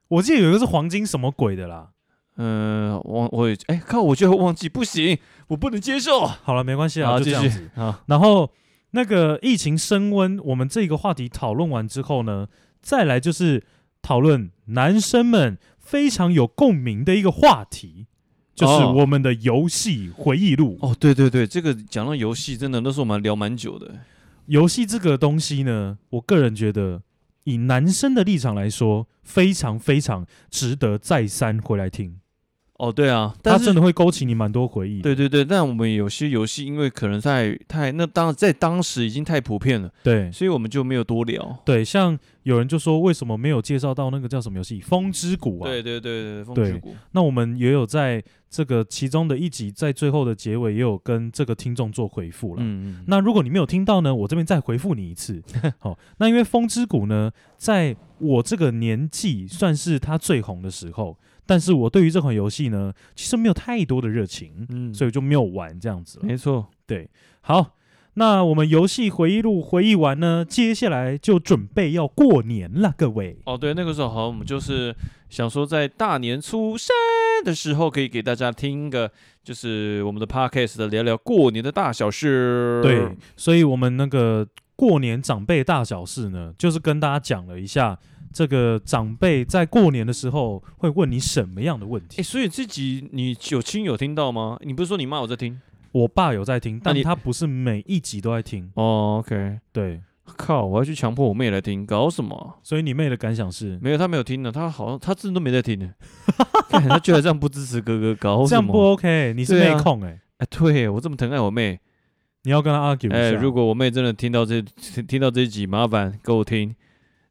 S3: 我记得有一个是黄金什么鬼的啦。
S1: 嗯，忘我也哎靠，我就会忘记，不行，我不能接受。
S3: 好了，没关系啊，
S1: 好
S3: 就这
S1: 继
S3: 样子
S1: 续。啊，
S3: 然后那个疫情升温，我们这个话题讨论完之后呢，再来就是讨论男生们非常有共鸣的一个话题，就是
S1: 哦
S3: 我们的游戏回忆录。
S1: 哦，对对对，这个讲到游戏，真的那时候我们还聊蛮久的。
S3: 游戏这个东西呢，我个人觉得，以男生的立场来说，非常非常值得再三回来听。
S1: 哦，对啊，
S3: 它
S1: 但是
S3: 真的会勾起你蛮多回忆。
S1: 对对对，但我们有些游戏因为可能太太那当在当时已经太普遍了，
S3: 对
S1: 所以我们就没有多聊。
S3: 对，像有人就说，为什么没有介绍到那个叫什么游戏《风之谷》啊？
S1: 对对对对，风
S3: 对
S1: 之谷。
S3: 那我们也有在这个其中的一集，在最后的结尾也有跟这个听众做回复了。
S1: 嗯嗯，
S3: 那如果你没有听到呢，我这边再回复你 一次。好、那因为《风之谷》呢，在我这个年纪算是它最红的时候，但是我对于这款游戏呢，其实没有太多的热情，
S1: 嗯，
S3: 所以就没有玩这样子了。
S1: 没错，
S3: 好，那我们游戏回忆录回忆完呢，接下来就准备要过年了，各位。
S1: 哦，对，那个时候好像我们就是想说，在大年初三的时候，可以给大家听个，就是我们的 podcast 的聊聊过年的大小事。
S3: 对，所以我们那个过年长辈大小事呢，就是跟大家讲了一下，这个长辈在过年的时候会问你什么样的问题
S1: 哎，。所以这集你有亲友听到吗？你不是说你妈有在听？
S3: 我爸有在听，但
S1: 你
S3: 他不是每一集都在听。
S1: 哦，OK，
S3: 对，
S1: 靠，我要去强迫我妹来听，搞什么啊、
S3: 所以你妹的感想是
S1: 没有，他没有听呢，他好像他真的都没在听 呢。看他居然这样不支持哥哥，搞
S3: 这
S1: 哦什
S3: 样不
S1: 么？
S3: OK，你是
S1: 对啊
S3: 妹控哎、
S1: 哎，对我这么疼爱我妹，
S3: 你要跟他 argue 一下。
S1: 哎，如果我妹真的听到这听听到这一集，麻烦给我听，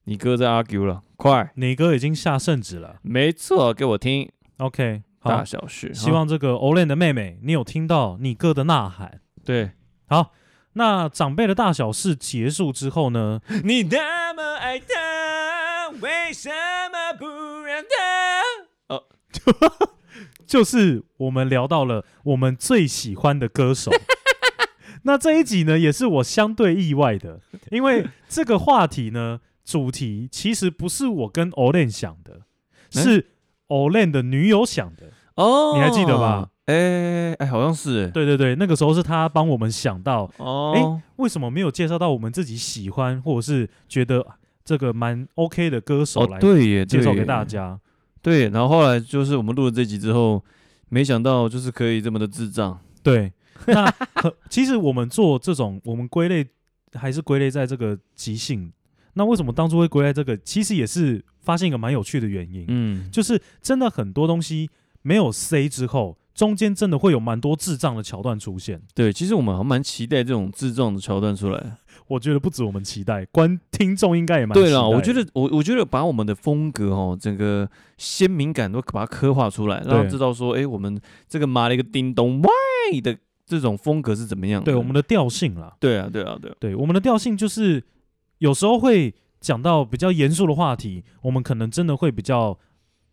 S1: 你哥在 argue 了，快，
S3: 你哥已经下圣旨了
S1: 没错，给我听
S3: ，OK，好
S1: 大，小事，
S3: 希
S1: 哈
S3: 望这个 Olen 的妹妹，你有听到你哥的呐喊。
S1: 对
S3: 好，那长辈的大小事结束之后呢，
S1: 你那么爱他，为什么不让他？
S3: 就是我们聊到了我们最喜欢的歌手。那这一集呢，也是我相对意外的，因为这个话题呢，主题其实不是我跟 Olen 想的，
S1: 嗯
S3: 是 Olen 的女友想的。
S1: 哦，
S3: 你还记得吧？
S1: 哎哎，好像是哎
S3: 对对对，那个时候是他帮我们想到，
S1: 哦，
S3: 为什么没有介绍到我们自己喜欢或者是觉得这个蛮 OK 的歌手
S1: 哦
S3: 来
S1: 对耶，
S3: 介绍
S1: 对
S3: 给
S1: 耶
S3: 大家。
S1: 对，然后后来就是我们录了这集之后，没想到就是可以这么的智障。
S3: 对，那很其实我们做这种，我们归类还是归类在这个即兴。那为什么当初会归类这个？其实也是发现一个蛮有趣的原因，
S1: 嗯，
S3: 就是真的很多东西没有 C 之后，中间真的会有蛮多智障的桥段出现，
S1: 对，其实我们还蛮期待这种自撞的桥段出来。
S3: 我觉得不止我们期待，观听众应该也蛮
S1: 对
S3: 了，
S1: 了，我觉得我我觉得把我们的风格哦，整个鲜明感都把它刻画出来，让
S3: 对
S1: 他知道说，哎，我们这个妈了一个叮咚喂的这种风格是怎么样的。
S3: 对我们的调性啦，
S1: 对啊，对啊，对啊，
S3: 对我们的调性就是有时候会讲到比较严肃的话题，我们可能真的会比较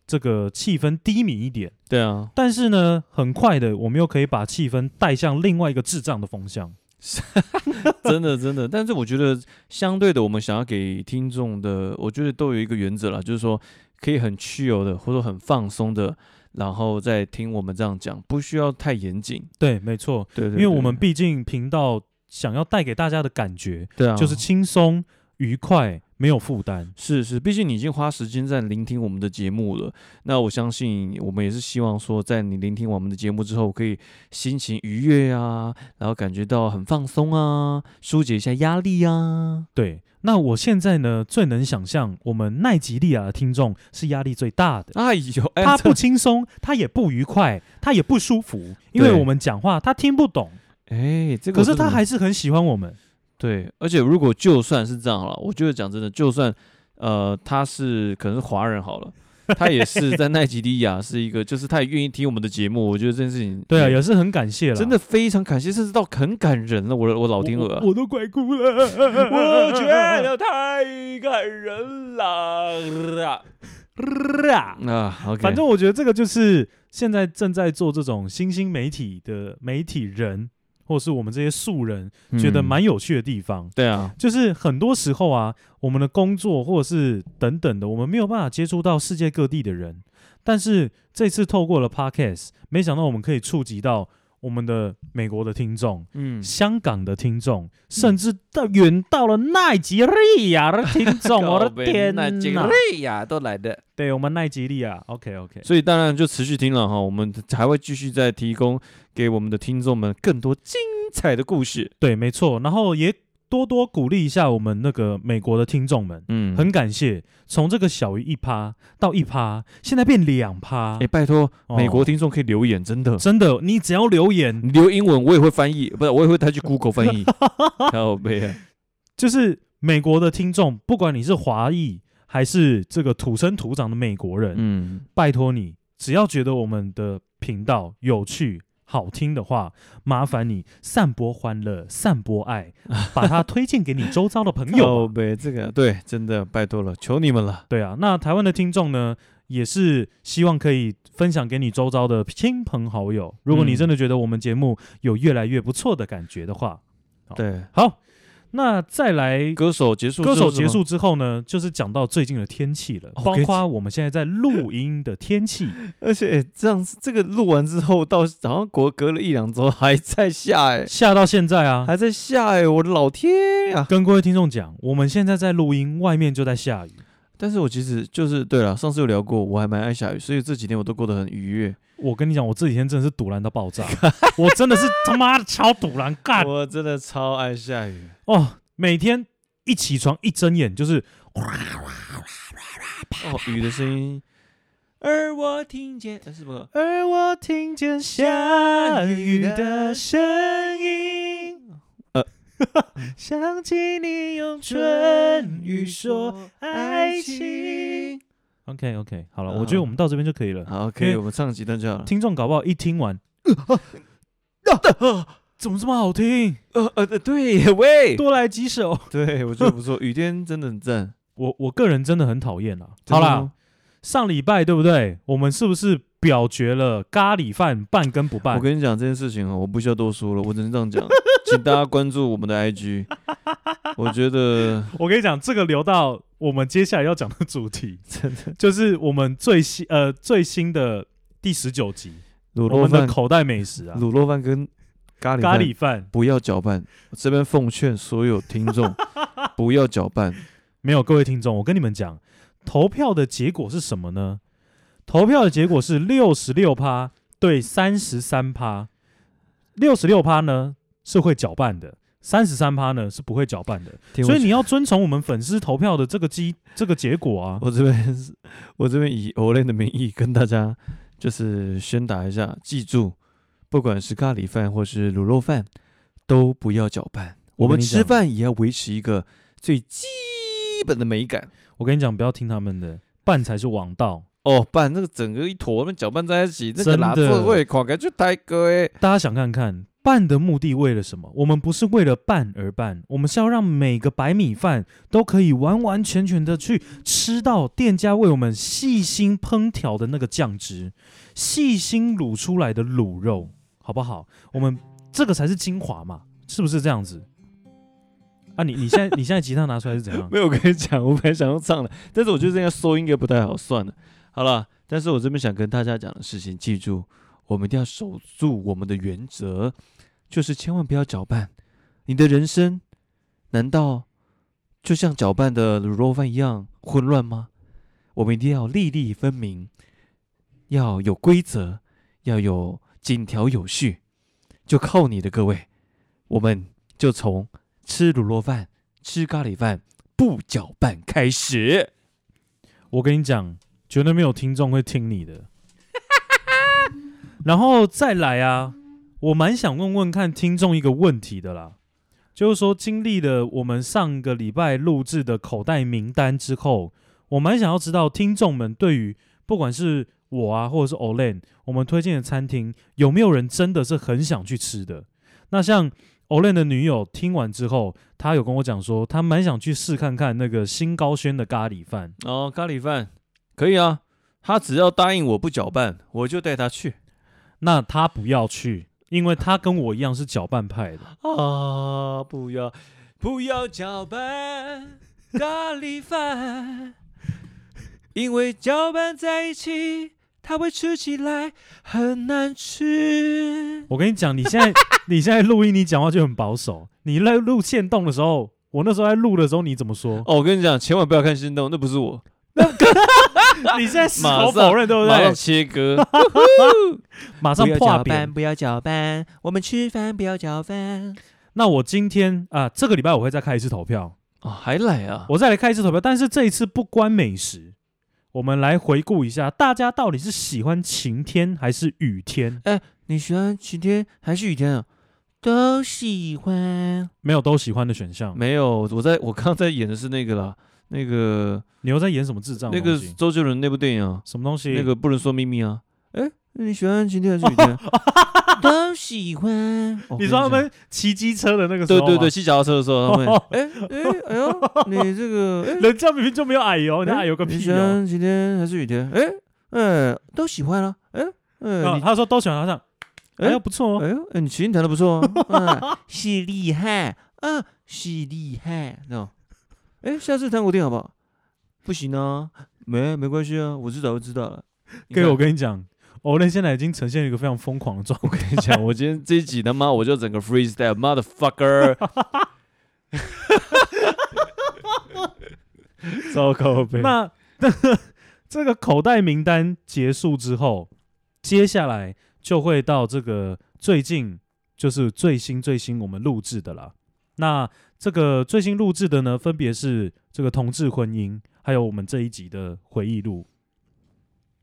S3: 这个气氛低迷一点，
S1: 对啊，
S3: 但是呢，很快的我们又可以把气氛带向另外一个智障的风向。
S1: 真的真的。但是我觉得，相对的，我们想要给听众的，我觉得都有一个原则啦，就是说可以很 chill 的，或者说很放松的，然后再听我们这样讲，不需要太严谨。
S3: 对，没错，
S1: 对对
S3: 因为我们
S1: 必
S3: 毕竟频道想要带给大家的感觉
S1: 对啊，
S3: 就是轻松、愉快、没有负担。
S1: 是是，毕竟你已经花时间在聆听我们的节目了，那我相信我们也是希望说，在你聆听我们的节目之后，可以心情愉悦啊，然后感觉到很放松啊，疏解一下压力啊。
S3: 对，那我现在呢，最能想象我们奈及利亚的听众是压力最大的。
S1: 哎呦，哎
S3: 他
S1: 这
S3: 不轻松， 他也不愉快，他也不舒服，因为
S1: 对
S3: 我们讲话他听不懂，
S1: 哎，这个
S3: 可
S1: 我
S3: 是
S1: 真的
S3: 他
S1: 没
S3: 还是很喜欢我们。
S1: 对，而且如果就算是这样好了，我觉得讲真的，就算呃他是可能是华人好了。他也是在奈及利亚，是一个，就是他也愿意听我们的节目，我觉得这件事情
S3: 对啊，
S1: 也
S3: 也是很感谢了，
S1: 真的非常感谢，甚至到很感人了。我的我老
S3: 我
S1: 天鹅啊、
S3: 我我都快哭了，
S1: 我觉得太感人了。
S3: 得，
S1: 啊，OK，
S3: 反正我觉得这个就是现在正在做这种新兴媒体的媒体人，或是我们这些素人觉得
S1: 嗯
S3: 蛮有趣的地方。
S1: 对啊，
S3: 就是很多时候啊，我们的工作或者是等等的，我们没有办法接触到世界各地的人。但是这次透过了 Podcast，没想到我们可以触及到我们的美国的听众、
S1: 嗯，
S3: 香港的听众，甚至到远到了奈及利亚的听 众。我的天
S1: 那几个
S3: 呐！
S2: 哎
S1: 瑞亚都来的，
S3: 对我们奈及利亚，OK OK，
S1: 所以当然就持续听了哈，我们还会继续再提供给我们的听众们更多精彩的故事。
S3: 对，没错。然后也多多鼓励一下我们那个美国的听众们。
S1: 嗯，
S3: 很感谢，从这个小于一趴到一趴，现在变两趴
S1: 哎、，拜托，
S3: 哦
S1: 美国听众可以留言，真的。
S3: 真的，你只要留言，
S1: 你 留英文我也会翻译，不是我也会带去 Google 翻 译，好悲啊！
S3: 就是美国的听众，不管你是华裔还是这个土生土长的美国人，
S1: 嗯，
S3: 拜托你，只要觉得我们的频道有趣。好听的话，麻烦你散播欢乐，散播爱，把它推荐给你周遭 的朋友。
S1: 嗯靠北这个啊对，真的拜托了，求你们了。
S3: 对啊，那台湾的听众呢，也是希望可以分享给你周遭的亲朋好友。如果你
S1: 嗯
S3: 真的觉得我们节目有越来越不错的感觉的话，好
S1: 对，
S3: 好，那再来
S1: 歌手结束，
S3: 歌手结，束之后呢，就是讲到最近的天气了，
S1: 哦
S3: 包
S1: 跟
S3: 括我们现在在录音的 天气。
S1: 而且、欸这样子，这个录完之后，到好像隔隔了一两周还在下、欸，
S3: 下到现在啊，
S1: 还在下、欸，我的老天呀、
S3: 跟各位听众讲，我们现在在录音，外面就在下雨。
S1: 但是我其实就是对了，上次有聊过，我还蛮爱下雨，所以这几天我都过得很愉悦。
S3: 我跟你讲，我这几天真的是堵然到爆 炸，我真的是他妈的超堵然干
S1: 我真的超爱下雨，
S3: 哦！每天一起床一睁眼就是
S1: 哦，雨的声音，而我听见，呃是不是？
S3: 而我听见下雨的声音，
S1: 呃
S3: 想起你用唇语说。爱情。OK OK，好了，我觉得我们到这边就可以了。
S1: 嗯好，可
S3: 因
S1: 以，
S3: 为
S1: 我们唱几段就好了。
S3: 听众搞不好一 听完，怎么这么好听？
S1: 呃呃呃，对，喂，
S3: 多来几首。
S1: 对我觉得不错，雨天真的很赞。
S3: 我我个人真的很讨厌啦。啊好
S1: 真的
S3: 啦
S1: 吗，，
S3: 上礼拜对不对？我们是不是表决了咖喱饭办跟不办
S1: 我？跟你讲这件事情哦，我不需要多说了，我只能这样 讲，请大家关注我们的 IG。我觉得
S3: 我跟你讲，这个留到我们接下来要讲的主 题，就是我们最新呃最新的第十九集，
S1: 卤
S3: 我
S1: 肉
S3: 们的
S1: 饭、
S3: 口袋美食啊，
S1: 卤肉饭跟咖喱
S3: 咖
S1: 饭
S3: 喱饭
S1: 不要搅拌。我这边奉劝所有听 众不要搅拌。
S3: 没有，各位听众，我跟你们讲，投票的结果是什么呢？投票的结果是六十六趴对三十三趴，六十六趴呢是会搅拌的，三十三趴呢是不会搅拌的，
S1: 听我
S3: 所以你
S1: 讲
S3: 要遵从我们粉丝投票的这个机这个结果啊。
S1: 我这边是我这边以 Olen 的名义跟大家就是宣达一下，记住，不管是咖喱饭或是卤肉饭，都不要搅拌。
S3: 我
S1: 我
S3: 跟
S1: 们
S3: 你
S1: 吃
S3: 讲
S1: 饭也要维持一个最基本的美感。
S3: 我跟你讲，不要听他们的，拌才是王道。
S1: 哦，拌那个整个一坨，那搅拌在一起，那个
S3: 真
S1: 拿
S3: 的
S1: 错位，看感就太哥诶。
S3: 大家想看看拌的目的为了什么？我们不是为了拌而拌，我们是要让每个白米饭都可以完完全全的去吃到店家为我们细心烹调的那个酱汁，细心卤出来的卤肉，好不好？我们这个才是精华嘛，是不是这样子？啊你，你现在你现在吉他拿出来是怎样？
S1: 没有，我跟你讲，我本来想要唱的，但是我觉得这样收音应该不太好，算了。好了，但是我这边想跟大家讲的事情，记住，我们一定要守住我们的原则，就是千万不要搅拌。你的人生难道就像搅拌的卤肉饭一样混乱吗？我们一定要粒粒分明，要有规则，要有井条有序，就靠你的各位。我们就从吃卤肉饭、吃咖喱饭不搅拌开始。
S3: 我跟你讲，绝对没有听众会听你的。 然后再来啊，我蛮想问问看听众一个问题的啦，就是说经历了我们上个礼拜录制的口袋名单之后，我蛮想要知道听众们对于不管是我啊，或者是 Olen，我们推荐的餐厅有没有人真的是很想去吃的？那像 Olen 的女友听完之后，她有跟我讲说，她蛮想去试看看那个新高轩的咖喱饭。
S1: 哦，咖喱饭可以啊，他只要答应我不搅拌，我就带他去
S3: 那他不要去，因为他跟我一样是搅拌派的。
S1: 啊！不要，不要搅拌咖喱饭，因为搅拌在一起，它会吃起来很难吃。
S3: 我跟你讲，你现在 你现在录音，你讲话就很保守。你在录线动的时候，我那时候在录的时候，你怎 么说？
S1: 哦，我跟你讲，千万不要看心动，那不是 我，
S3: 你现在矢
S1: 马上
S3: 口否认，对不
S1: 马上
S3: 对？
S1: 切割。
S3: 马上破扁。
S2: 不要搅拌，我们吃饭不要 搅拌。
S3: 那我今天啊，这个礼拜我会再开一次投票，
S1: 哦，还来啊！
S3: 我再来开一次投票，但是这一次不关美食。我们来回顾一下，大家到底是喜欢晴天还是雨天？
S2: 你喜欢晴天还是雨天啊？都喜欢。
S3: 没有都喜欢的选项。
S1: 没有，我在我刚在演的是那个啦，那个
S3: 你又在演什么智障的
S1: 那
S3: 东
S1: 个
S3: 西？
S1: 周杰伦那部电影啊，
S3: 什么东西？
S1: 那个不能说秘密啊。哎，你喜欢晴天还是雨天？
S2: 都喜欢。
S1: 哦
S3: 哦你说他？
S1: 我跟
S3: 们骑机车的那个时
S1: 对
S3: 候吗，
S1: 对对，骑脚踏车的时候，他 们哎哎哎呦，你这个哎，
S3: 人家明明就没有矮油，你
S1: 哎
S3: 矮油个
S1: 你
S3: 屁
S1: 喜
S3: 哦！
S1: 欢晴天还是雨天？哎哎，都喜欢啊。哎哎，
S3: 啊
S1: 你
S3: 他说都喜欢他上，哎
S1: 哎
S3: 呀不错哦，
S1: 哎呦，哎你琴你弹的不 错啊。
S2: 嗯，是厉害。嗯，是厉害。
S1: 那种，哎，下次弹古典好不好？不行啊，没没关系啊，我知道我知道了。你
S3: 哥
S1: 看
S3: 我跟你讲，欧伦现在已经呈现一个非常疯狂的状态。
S1: 跟你讲，我今天这一集他妈我就整个 freestyle motherfucker，糟糕呗那
S3: 那 这个口袋名单结束之后，接下来就会到这个最近就是最新最新我们录制的啦。那这个最新录制的呢，分别是这个同志婚姻，还有我们这一集的回忆录。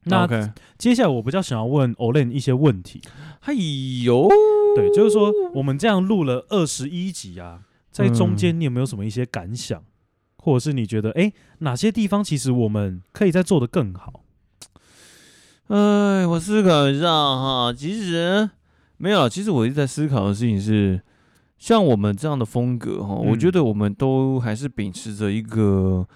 S3: 那
S1: OK，
S3: 接下来我比较想要问 Olen 一些问题，
S1: 哎呦，
S3: 对，就是说我们这样录了二十一集啊，在中间你有没有什么一些感想，或者是你觉得诶哪些地方其实我们可以再做得更好？
S1: 哎，我思考一下哈，其实没有啦，其实我一直在思考的事情是，像我们这样的风格哈，我
S3: 嗯
S1: 觉得我们都还是秉持着一个。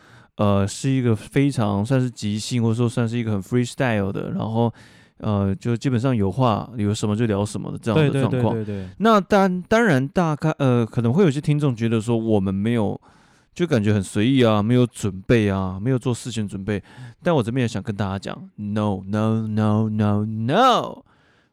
S1: 呃，是一个非常算是即兴，或者说算是一个很 freestyle 的，然后，呃，就基本上有话有什么就聊什么的这样
S3: 对
S1: 的
S3: 对
S1: 状
S3: 对
S1: 况。
S3: 对嗯对，
S1: 那当当然，大概呃，可能会有些听众觉得说我们没有，就感觉很随意啊，没有准备啊，没有做事前准备。但我这边也想跟大家讲，no no no no no，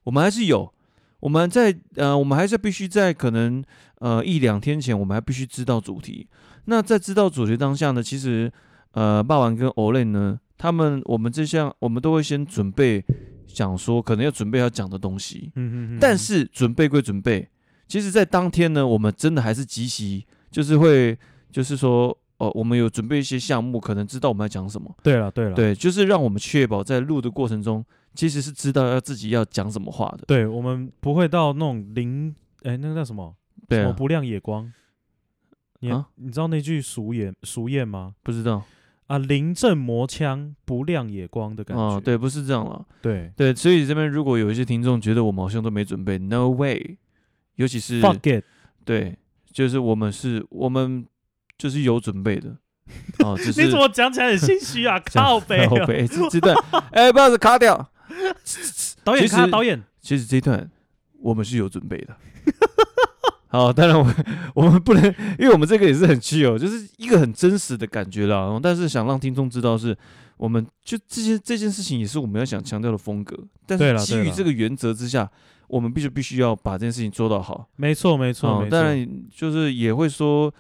S1: 我们还是有，我们在呃，我们还是必须在可能呃一两天前，我们还必须知道主题。那在知道主题当下呢，其实呃，霸王跟 Olen 呢，他们我们这项我们都会先准备，想说可能要准备要讲的东西。
S3: 嗯嗯嗯。
S1: 但是准备归准备，其实，在当天呢，我们真的还是集齐，就是会，就是说，呃，我们有准备一些项目，可能知道我们要讲什么，
S3: 对了对了，
S1: 对，就是让我们确保在录的过程中，其实是知道要自己要讲什么话的。
S3: 对我们不会到那种零，哎、那个叫什么？
S1: 对
S3: 什
S1: 啊、
S3: 么不亮也光？你、
S1: 啊
S3: 你知道那句俗谚俗谚吗？
S1: 不知道
S3: 啊，临阵磨枪，不亮也光的感觉。
S1: 啊，对，不是这样了。
S3: 对
S1: 对，所以这边如果有一些听众觉得我们好像都没准备，No way，尤其是
S3: ，fuck it，
S1: 对，就是我们是，我们就是有准备的啊，只 是
S3: 你怎么讲起来很心虚 啊？
S1: 这样
S3: 靠背、
S1: 靠
S3: 啊，
S1: 背这这段，哎，不好意思，卡掉。
S3: 导演
S1: 其
S3: 看
S1: 实
S3: 导演，
S1: 其实这一段我们是有准备的。 好，当然我们我们不能，因为我们这个也是很 chill，就是一个很真实的感觉啦。然后但是想让听众知道是，我们就这些这件事情也是我们要想强调的风格。但
S3: 对
S1: 是
S3: 啦
S1: 基
S3: 对
S1: 于
S3: 啦
S1: 这个原则之下，我们必须必须要把这件事情做到好。
S3: 没错没错、
S1: 哦
S3: 没，错。
S1: 当然就是也会说，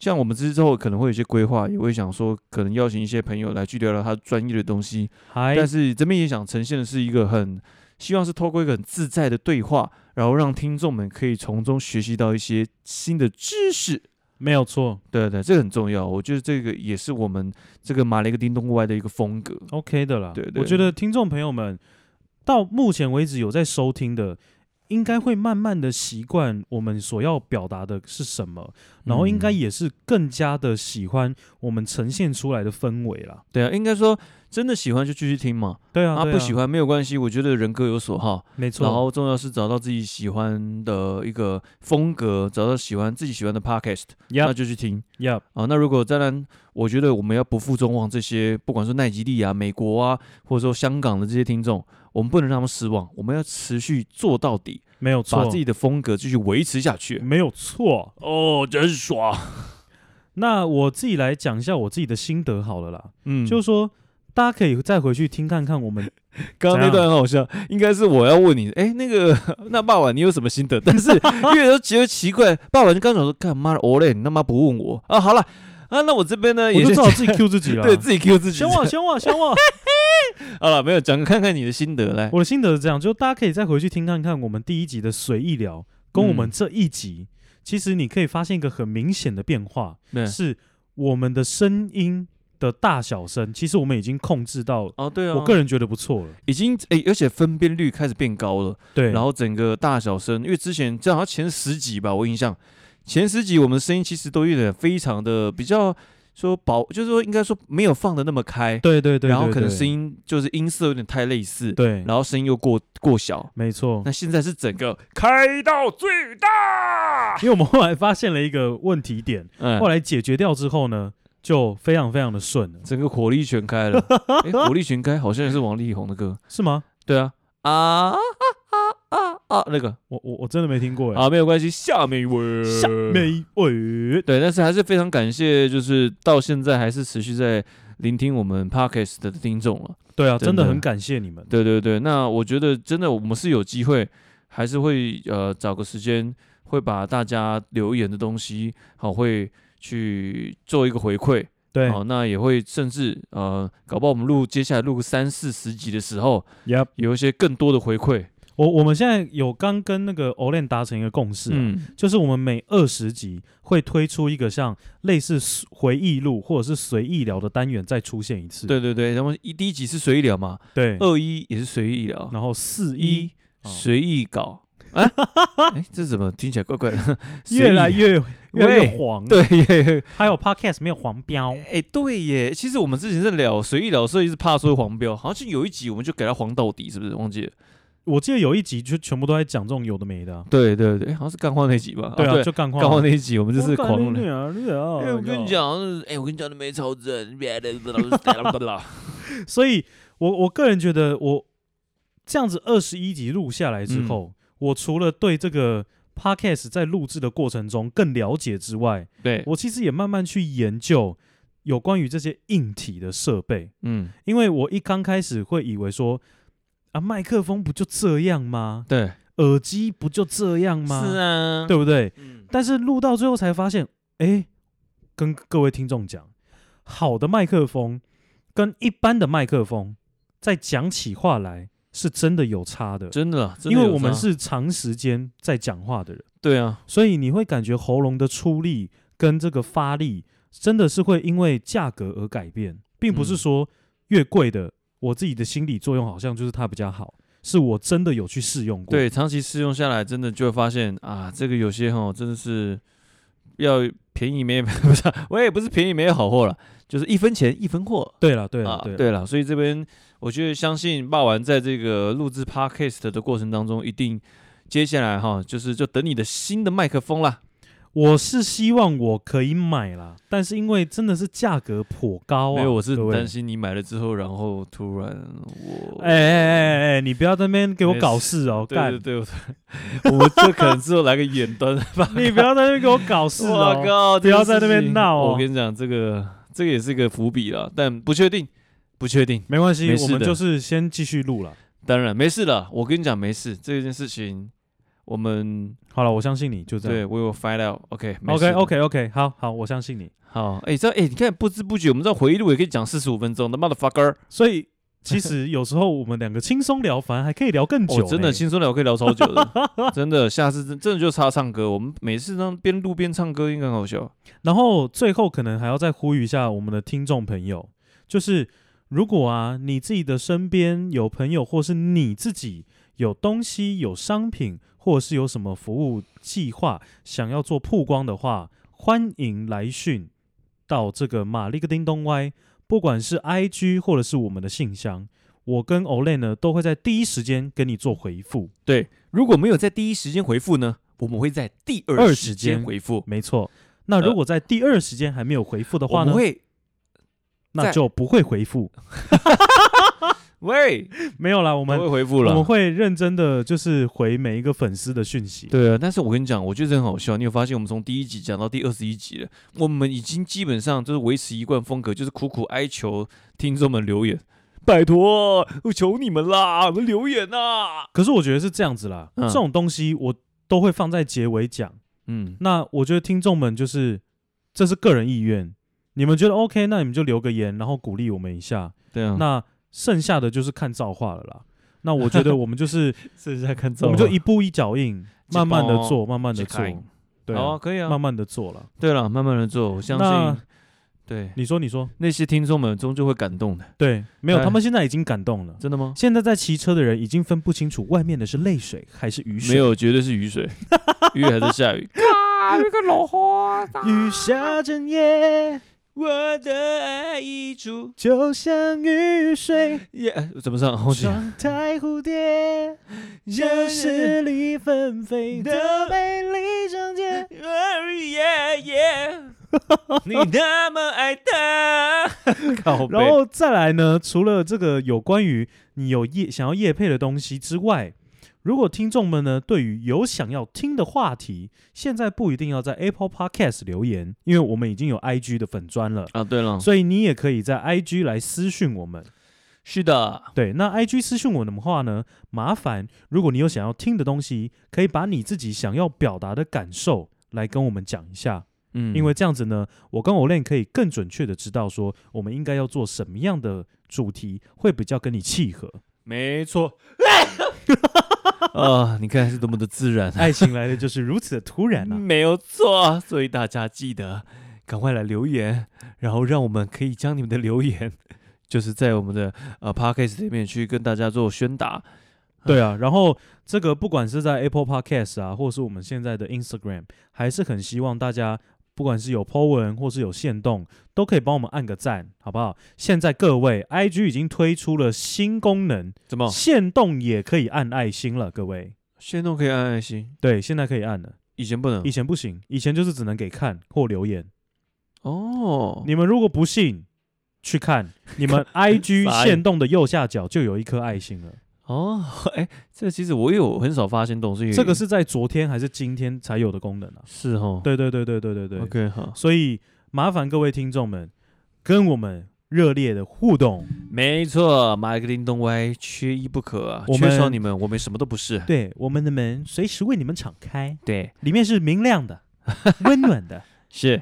S1: 像我们之后可能会有一些规划，也会想说可能邀请一些朋友来去聊聊他专业的东西。
S3: 还
S1: 但是这边也想呈现的是一个很，希望是透过一个很自在的对话，然后让听众们可以从中学习到一些新的知识。
S3: 没有错。
S1: 对对，这个很重要。我觉得这个也是我们这个马雷个叮咚歪的一个风格。
S3: OK 的啦。
S1: 对对
S3: 我觉得听众朋友们到目前为止有在收听的，应该会慢慢的习惯我们所要表达的是什么，然后应该
S1: 嗯
S3: 也是更加的喜欢我们呈现出来的氛围啦。
S1: 对啊，应该说真的喜欢就继续听嘛，
S3: 对啊，对
S1: 不喜，欢没有关系。我觉得人各有所好，
S3: 没错。
S1: 然后重要是找到自己喜欢的一个风格，找到喜欢自己喜欢的 podcast，那
S3: Yup
S1: 就去听。
S3: Yup，
S1: 啊，那如果当然，我觉得我们要不负众望，这些不管是奈及利亚、美国啊，或者说香港的这些听众，我们不能让他们失望，我们要持续做到底，
S3: 没有
S1: 把
S3: 错
S1: 自，己的风格继续维持下去。
S3: 没有错。
S1: 哦，真爽！
S3: 那我自己来讲一下我自己的心得好了啦，
S1: 嗯，
S3: 就
S1: 就
S3: 是说。大家可以再回去听看看我们
S1: 刚刚那
S3: 怎样
S1: 段很好笑，应该是我要问你，哎，那个 那爸爸你有什么心得？但是因为都觉得奇怪，爸爸就刚想说，干妈的我嘞，你他妈不问我啊？好了啊，那我这边呢
S3: 我
S1: 也
S3: 就是只好自己 Q 自己 了。
S1: 对啊自己 Q 自己
S3: 先。我先我先我，
S1: 好了，没有讲，看看你的心得来。
S3: 我的心得是这样，就大家可以再回去听看看我们第一集的随意聊，跟我
S1: 嗯
S3: 们这一集，其实你可以发现一个很明显的变化，
S1: 对，
S3: 是我们的声音的大小声，其实我们已经控制到，
S1: 哦，对啊，
S3: 我个人觉得不错了。
S1: 已经诶、而且分辨率开始变高了，
S3: 对，
S1: 然后整个大小声，因为之前这好像前十集吧，我印象前十集我们的声音其实都有点非常的比较说薄，就是说应该说没有放的那么开，
S3: 对对对，
S1: 然后
S3: 对
S1: 可能
S3: 对
S1: 声音就是音色有点太类似，
S3: 对，
S1: 然后声音又过过小。
S3: 没错，
S1: 那现在是整个开到最大，
S3: 因为我们后来发现了一个问题点，
S1: 啊嗯
S3: 后，来解决掉之后呢，就非常非常的顺了，
S1: 整个火力全开 了。诶火力全开好像也是王力宏的歌，
S3: 是吗？
S1: 对啊，啊啊啊啊啊那个
S3: 我我我真的没听过哎，
S1: 啊没有关系，下面一位，
S3: 夏美伟，
S1: 对，但是还是非常感谢，就是到现在还是持续在聆听我们 podcast 的听众了。
S3: 对啊，真
S1: 真的
S3: 的很感谢你们，
S1: 对对对，那我觉得真的我们是有机会，还是会呃找个时间会把大家留言的东西，好会去做一个回馈，
S3: 对
S1: 好、那也会甚至呃，搞不好我们录接下来录个三四十集的时候，
S3: ，Yep。
S1: 有一些更多的回馈。
S3: 我我们现在有刚跟那个 Olen 达成一个共识、啊，
S1: 嗯，
S3: 就是我们每二十集会推出一个像类似随回忆录或者是随意聊的单元再出现一次。
S1: 对对对，然后一第一集是随意聊嘛，
S3: 对，
S1: 二一也是随意聊，
S3: 然后四
S1: 一
S3: 一哦
S1: 随意搞。 啊，哎，这怎么听起来怪怪 的？
S3: 越来越越来
S1: 喂
S3: 越黄，，
S1: 对耶，
S3: 还有 Podcast 没有黄标，
S1: 哎，对耶。其实我们之前在聊随意聊，所以是怕说黄标，好像有一集我们就给他黄到底，是不是？忘记了。
S3: 我记得有一集就全部都在讲这种有的没的啊、
S1: 对对对，好像是干话那集吧？
S3: 对
S1: 啊，
S3: 啊，就干话，
S1: 干话那一集，我们
S3: 我
S1: 就是
S3: 干
S1: 狂
S3: 你
S1: 聊。
S3: 娘的啊
S1: 哎，我跟你，讲，哎，我跟你讲，你没超正，
S3: 所以我我个人觉得我这样子二十一集录下来之
S1: 嗯
S3: 后，我除了对这个 podcast 在录制的过程中更了解之外，
S1: 对，
S3: 我其实也慢慢去研究有关于这些硬体的设备，
S1: 嗯，
S3: 因为我一刚开始会以为说。啊，麦克风不就这样吗？
S1: 对，
S3: 耳机不就这样吗？
S1: 是啊，
S3: 对不对？
S1: 嗯，
S3: 但是录到最后才发现，哎，跟各位听众讲，好的麦克风跟一般的麦克风在讲起话来是真的有差的，
S1: 真的啦，啊真的
S3: 因为
S1: 有
S3: 我们
S1: 差
S3: 是长时间在讲话的人，
S1: 对啊，
S3: 所以你会感觉喉咙的出力跟这个发力真的是会因为价格而改变，并不是
S1: 嗯
S3: 说越贵的。我自己的心理作用好像就是它比较好，是我真的有去试用过。
S1: 对，长期试用下来，真的就会发现啊，这个有些哈真的是要便宜没 不是啊，我也不是便宜没有好货了，就是一分钱一分货。
S3: 对了，对了
S1: 啊，，
S3: 对啦
S1: 对了，所以这边我觉得相信霸王在这个录制 podcast 的过程当中，一定接下来哈，就是就等你的新的麦克风啦。
S3: 我是希望我可以买啦，但是因为真的是价格颇高啊，
S1: 没有，我是
S3: 各
S1: 很
S3: 位
S1: 担。心你买了之后，然后突然我
S3: 哎哎哎哎，你不要在那边给我
S1: 没事
S3: 搞事哦，
S1: 对
S3: 干
S1: 对！对，我我们这可能之后来个远端吧。
S3: 你不要在那边给我搞事
S1: 我
S3: 哦，
S1: 靠，
S3: 不要在那边
S1: 这件事情
S3: 闹哦
S1: 我跟你讲，这个这个也是个伏笔了，但不确定，不确定。
S3: 没关系
S1: 没，事
S3: 我们
S1: 的
S3: 就是先继续录了。
S1: 当然没事了，我跟你讲没事，这件事情我们
S3: 好了，我相信你，就这样。
S1: 对我有 find out。OK 没事
S3: OK
S1: 的
S3: OK OK，好好，我相信你。
S1: 好，哎、这哎、你看不知不觉我们这回忆录也可以讲四十五分钟，他妈的 fucker，
S3: 所以其实有时候我们两个轻松聊，反而还可以聊更久
S1: 我、
S3: 呢、
S1: 哦真的轻松聊可以聊超久 的，真的，下次真真的就差唱歌，我们每次呢边录边唱歌应该很好笑。
S3: 然后最后可能还要再呼吁一下我们的听众朋友，就是如果啊你自己的身边有朋友，或是你自己有东西、有商品，或者是有什么服务计划想要做曝光的话，欢迎来讯到这个马力个叮咚 Y，不管是 IG 或者是我们的信箱。我跟 Olay 呢都会在第一时间跟你做回复，
S1: 对，如果没有在第一时间回复呢，我们会在第
S3: 二
S1: 二
S3: 时
S1: 时
S3: 间
S1: 间回复。
S3: 没错。那如果在第二时间还没有回复的
S1: 我
S3: 话
S1: 们
S3: 呢，
S1: 会
S3: 那
S1: 在
S3: 就不会回复。
S1: 喂，
S3: 没有啦，我
S1: 我
S3: 们
S1: 会回复
S3: 我们
S1: 了。
S3: 会认真的，就是回每一个粉丝的讯息。
S1: 对啊，但是我跟你讲，我觉得很好笑。你有发现我们从第一集讲到第二十一集了，我们已经基本上就是维持一贯风格，就是苦苦哀求听众们留言，拜托，我求你们啦，我们留言啊！
S3: 可是我觉得是这样子啦，
S1: 嗯
S3: 这种东西我都会放在结尾讲。
S1: 嗯，
S3: 那我觉得听众们就是这是个人意愿，你们觉得 OK，那你们就留个言，然后鼓励我们一下。
S1: 对啊，
S3: 那剩下的就是看造化了啦。那我觉得我们就是
S1: 剩下看
S3: 我们就一步一脚印，
S1: 去
S3: 慢慢的
S1: 帮
S3: 做，慢慢的
S1: 去
S3: 做
S1: 看，
S3: 对
S1: 好
S3: 啊
S1: 啊，，可以啊，
S3: 慢慢的做了。
S1: 对了，慢慢的做，我相
S3: 那
S1: 信，对
S3: 你说，你说，
S1: 那些听众们终究会感动的，
S3: 对，没有，
S1: 哎
S3: 他们现在已经感动了。
S1: 真的吗？
S3: 现在在骑车的人已经分不清楚外面的是泪水还是雨水。
S1: 没有，绝对是雨 水，雨还在下雨。
S3: 雨下整夜，
S1: 我的爱溢出，
S3: 就像雨水
S1: 耶、怎么上？我去
S3: 窗台蝴蝶，又是里纷飞的美丽章节。
S1: 耶 耶，你那么爱他， 靠
S3: 然后再来呢，除了这个有关于你有夜想要夜配的东西之外，如果听众们呢对于有想要听的话题，现在不一定要在 Apple Podcast 留言，因为我们已经有 IG 的粉砖了。
S1: 啊，对了，
S3: 所以你也可以在 IG 来私讯我们。
S1: 是的，
S3: 对，那 IG 私讯我们的话呢，麻烦如果你有想要听的东西，可以把你自己想要表达的感受来跟我们讲一下，
S1: 嗯
S3: 因为这样子呢，我跟 Olen 可以更准确的知道说我们应该要做什么样的主题会比较跟你契合。
S1: 没 错，啊，你看是多么的自然啊，
S3: 爱情来的就是如此的突然啊！
S1: 哎没有错，所以大家记得赶快来留言，然后让我们可以将你们的留言，就是在我们的呃 podcast 里面去跟大家做宣达。嗯
S3: 对啊，然后这个不管是在 Apple Podcast 啊，或是我们现在的 Instagram，还是很希望大家不管是有 po 文或是有限动，都可以帮我们按个赞，好不好？现在各位，IG 已经推出了新功能，
S1: 怎么？
S3: 限动也可以按爱心了，各位。
S1: 现动可以按爱心，
S3: 对，现在可以按了，
S1: 以前不能
S3: 以前不行，以前就是只能给看或留言。
S1: 哦。
S3: 你们如果不信，去看你们 IG
S1: 傻眼
S3: 限动的右下角就有一颗爱心了。
S1: 哦， 哎，这其实我有很少发现动，所以
S3: 这个是在昨天还是今天才有的功能啊？
S1: 是哦，
S3: 对对对对对对对。
S1: ，OK 好，
S3: 所以麻烦各位听众们跟我们热烈的互动。
S1: 没错，马格林东歪缺一不可啊，
S3: 我
S1: 缺少
S3: 们
S1: 你们，我们什么都不是。
S3: 对，我们的门随时为你们敞开，
S1: 对，
S3: 里面是明 亮的、温暖的。
S1: 是，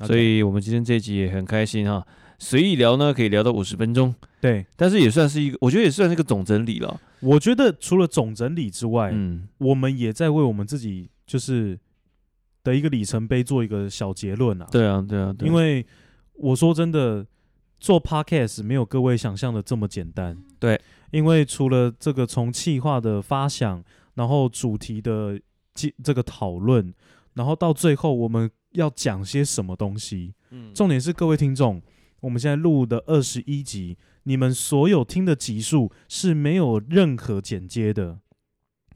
S1: 所
S3: OK，
S1: 以我们今天这一集也很开心哈，随意聊呢可以聊到五十分钟，
S3: 对，
S1: 但是也算是一个，我觉得也算是一个总整理了。
S3: 我觉得除了总整理之外，
S1: 嗯，
S3: 我们也在为我们自己就是的一个里程碑做一个小结论啊。，
S1: 对啊，对啊，对啊
S3: 因为我说真的，做 podcast 没有各位想象的这么简单。
S1: 对，
S3: 因为除了这个从企划的发想，然后主题的这这个讨论，然后到最后我们要讲些什么东西，
S1: 嗯
S3: 重点是各位听众，我们现在录的二十一集，你们所有听的集数是没有任何剪接的。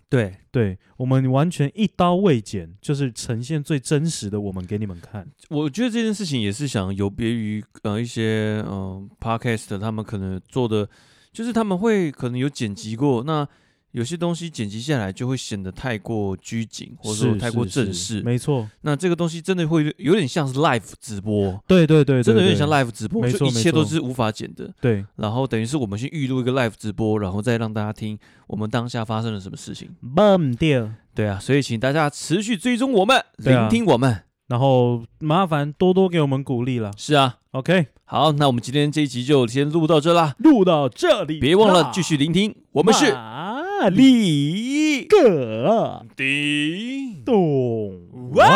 S1: 对，
S3: 对我们完全一刀未剪，就是呈现最真实的我们给你们看。
S1: 我觉得这件事情也是想有别于呃一些嗯、呃、podcast 他们可能做的，就是他们会可能有剪辑过，那有些东西剪辑下来就会显得太过拘谨，或者说
S3: 是
S1: 太过
S3: 是
S1: 正
S3: 是
S1: 式。
S3: 没错，
S1: 那这个东西真的会有点像是 live 直播，
S3: 对对对对
S1: 真的有点像
S3: 赖。
S1: live 直播，
S3: 没
S1: 就
S3: 错
S1: 一
S3: 没
S1: 切都
S3: 错
S1: 是无法剪的。
S3: 对，
S1: 然后等于是我们先预录一个 live 直播，然后再让大家听我们当下发生了什么事情。
S3: bum 掉。
S1: 对啊，所以请大家持续追踪我们，
S3: 对啊
S1: 聆听我们。
S3: 然后麻烦多多给我们鼓励啦。
S1: 是啊，
S3: OK，
S1: 好，那我们今天这一集就先录到这啦，
S3: 录到这里啦，
S1: 别忘了继续聆听。我
S3: 我
S1: 们是
S3: 马里个
S1: 叮
S3: 懂
S1: 哇。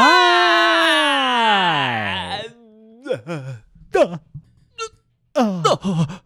S3: 的啊。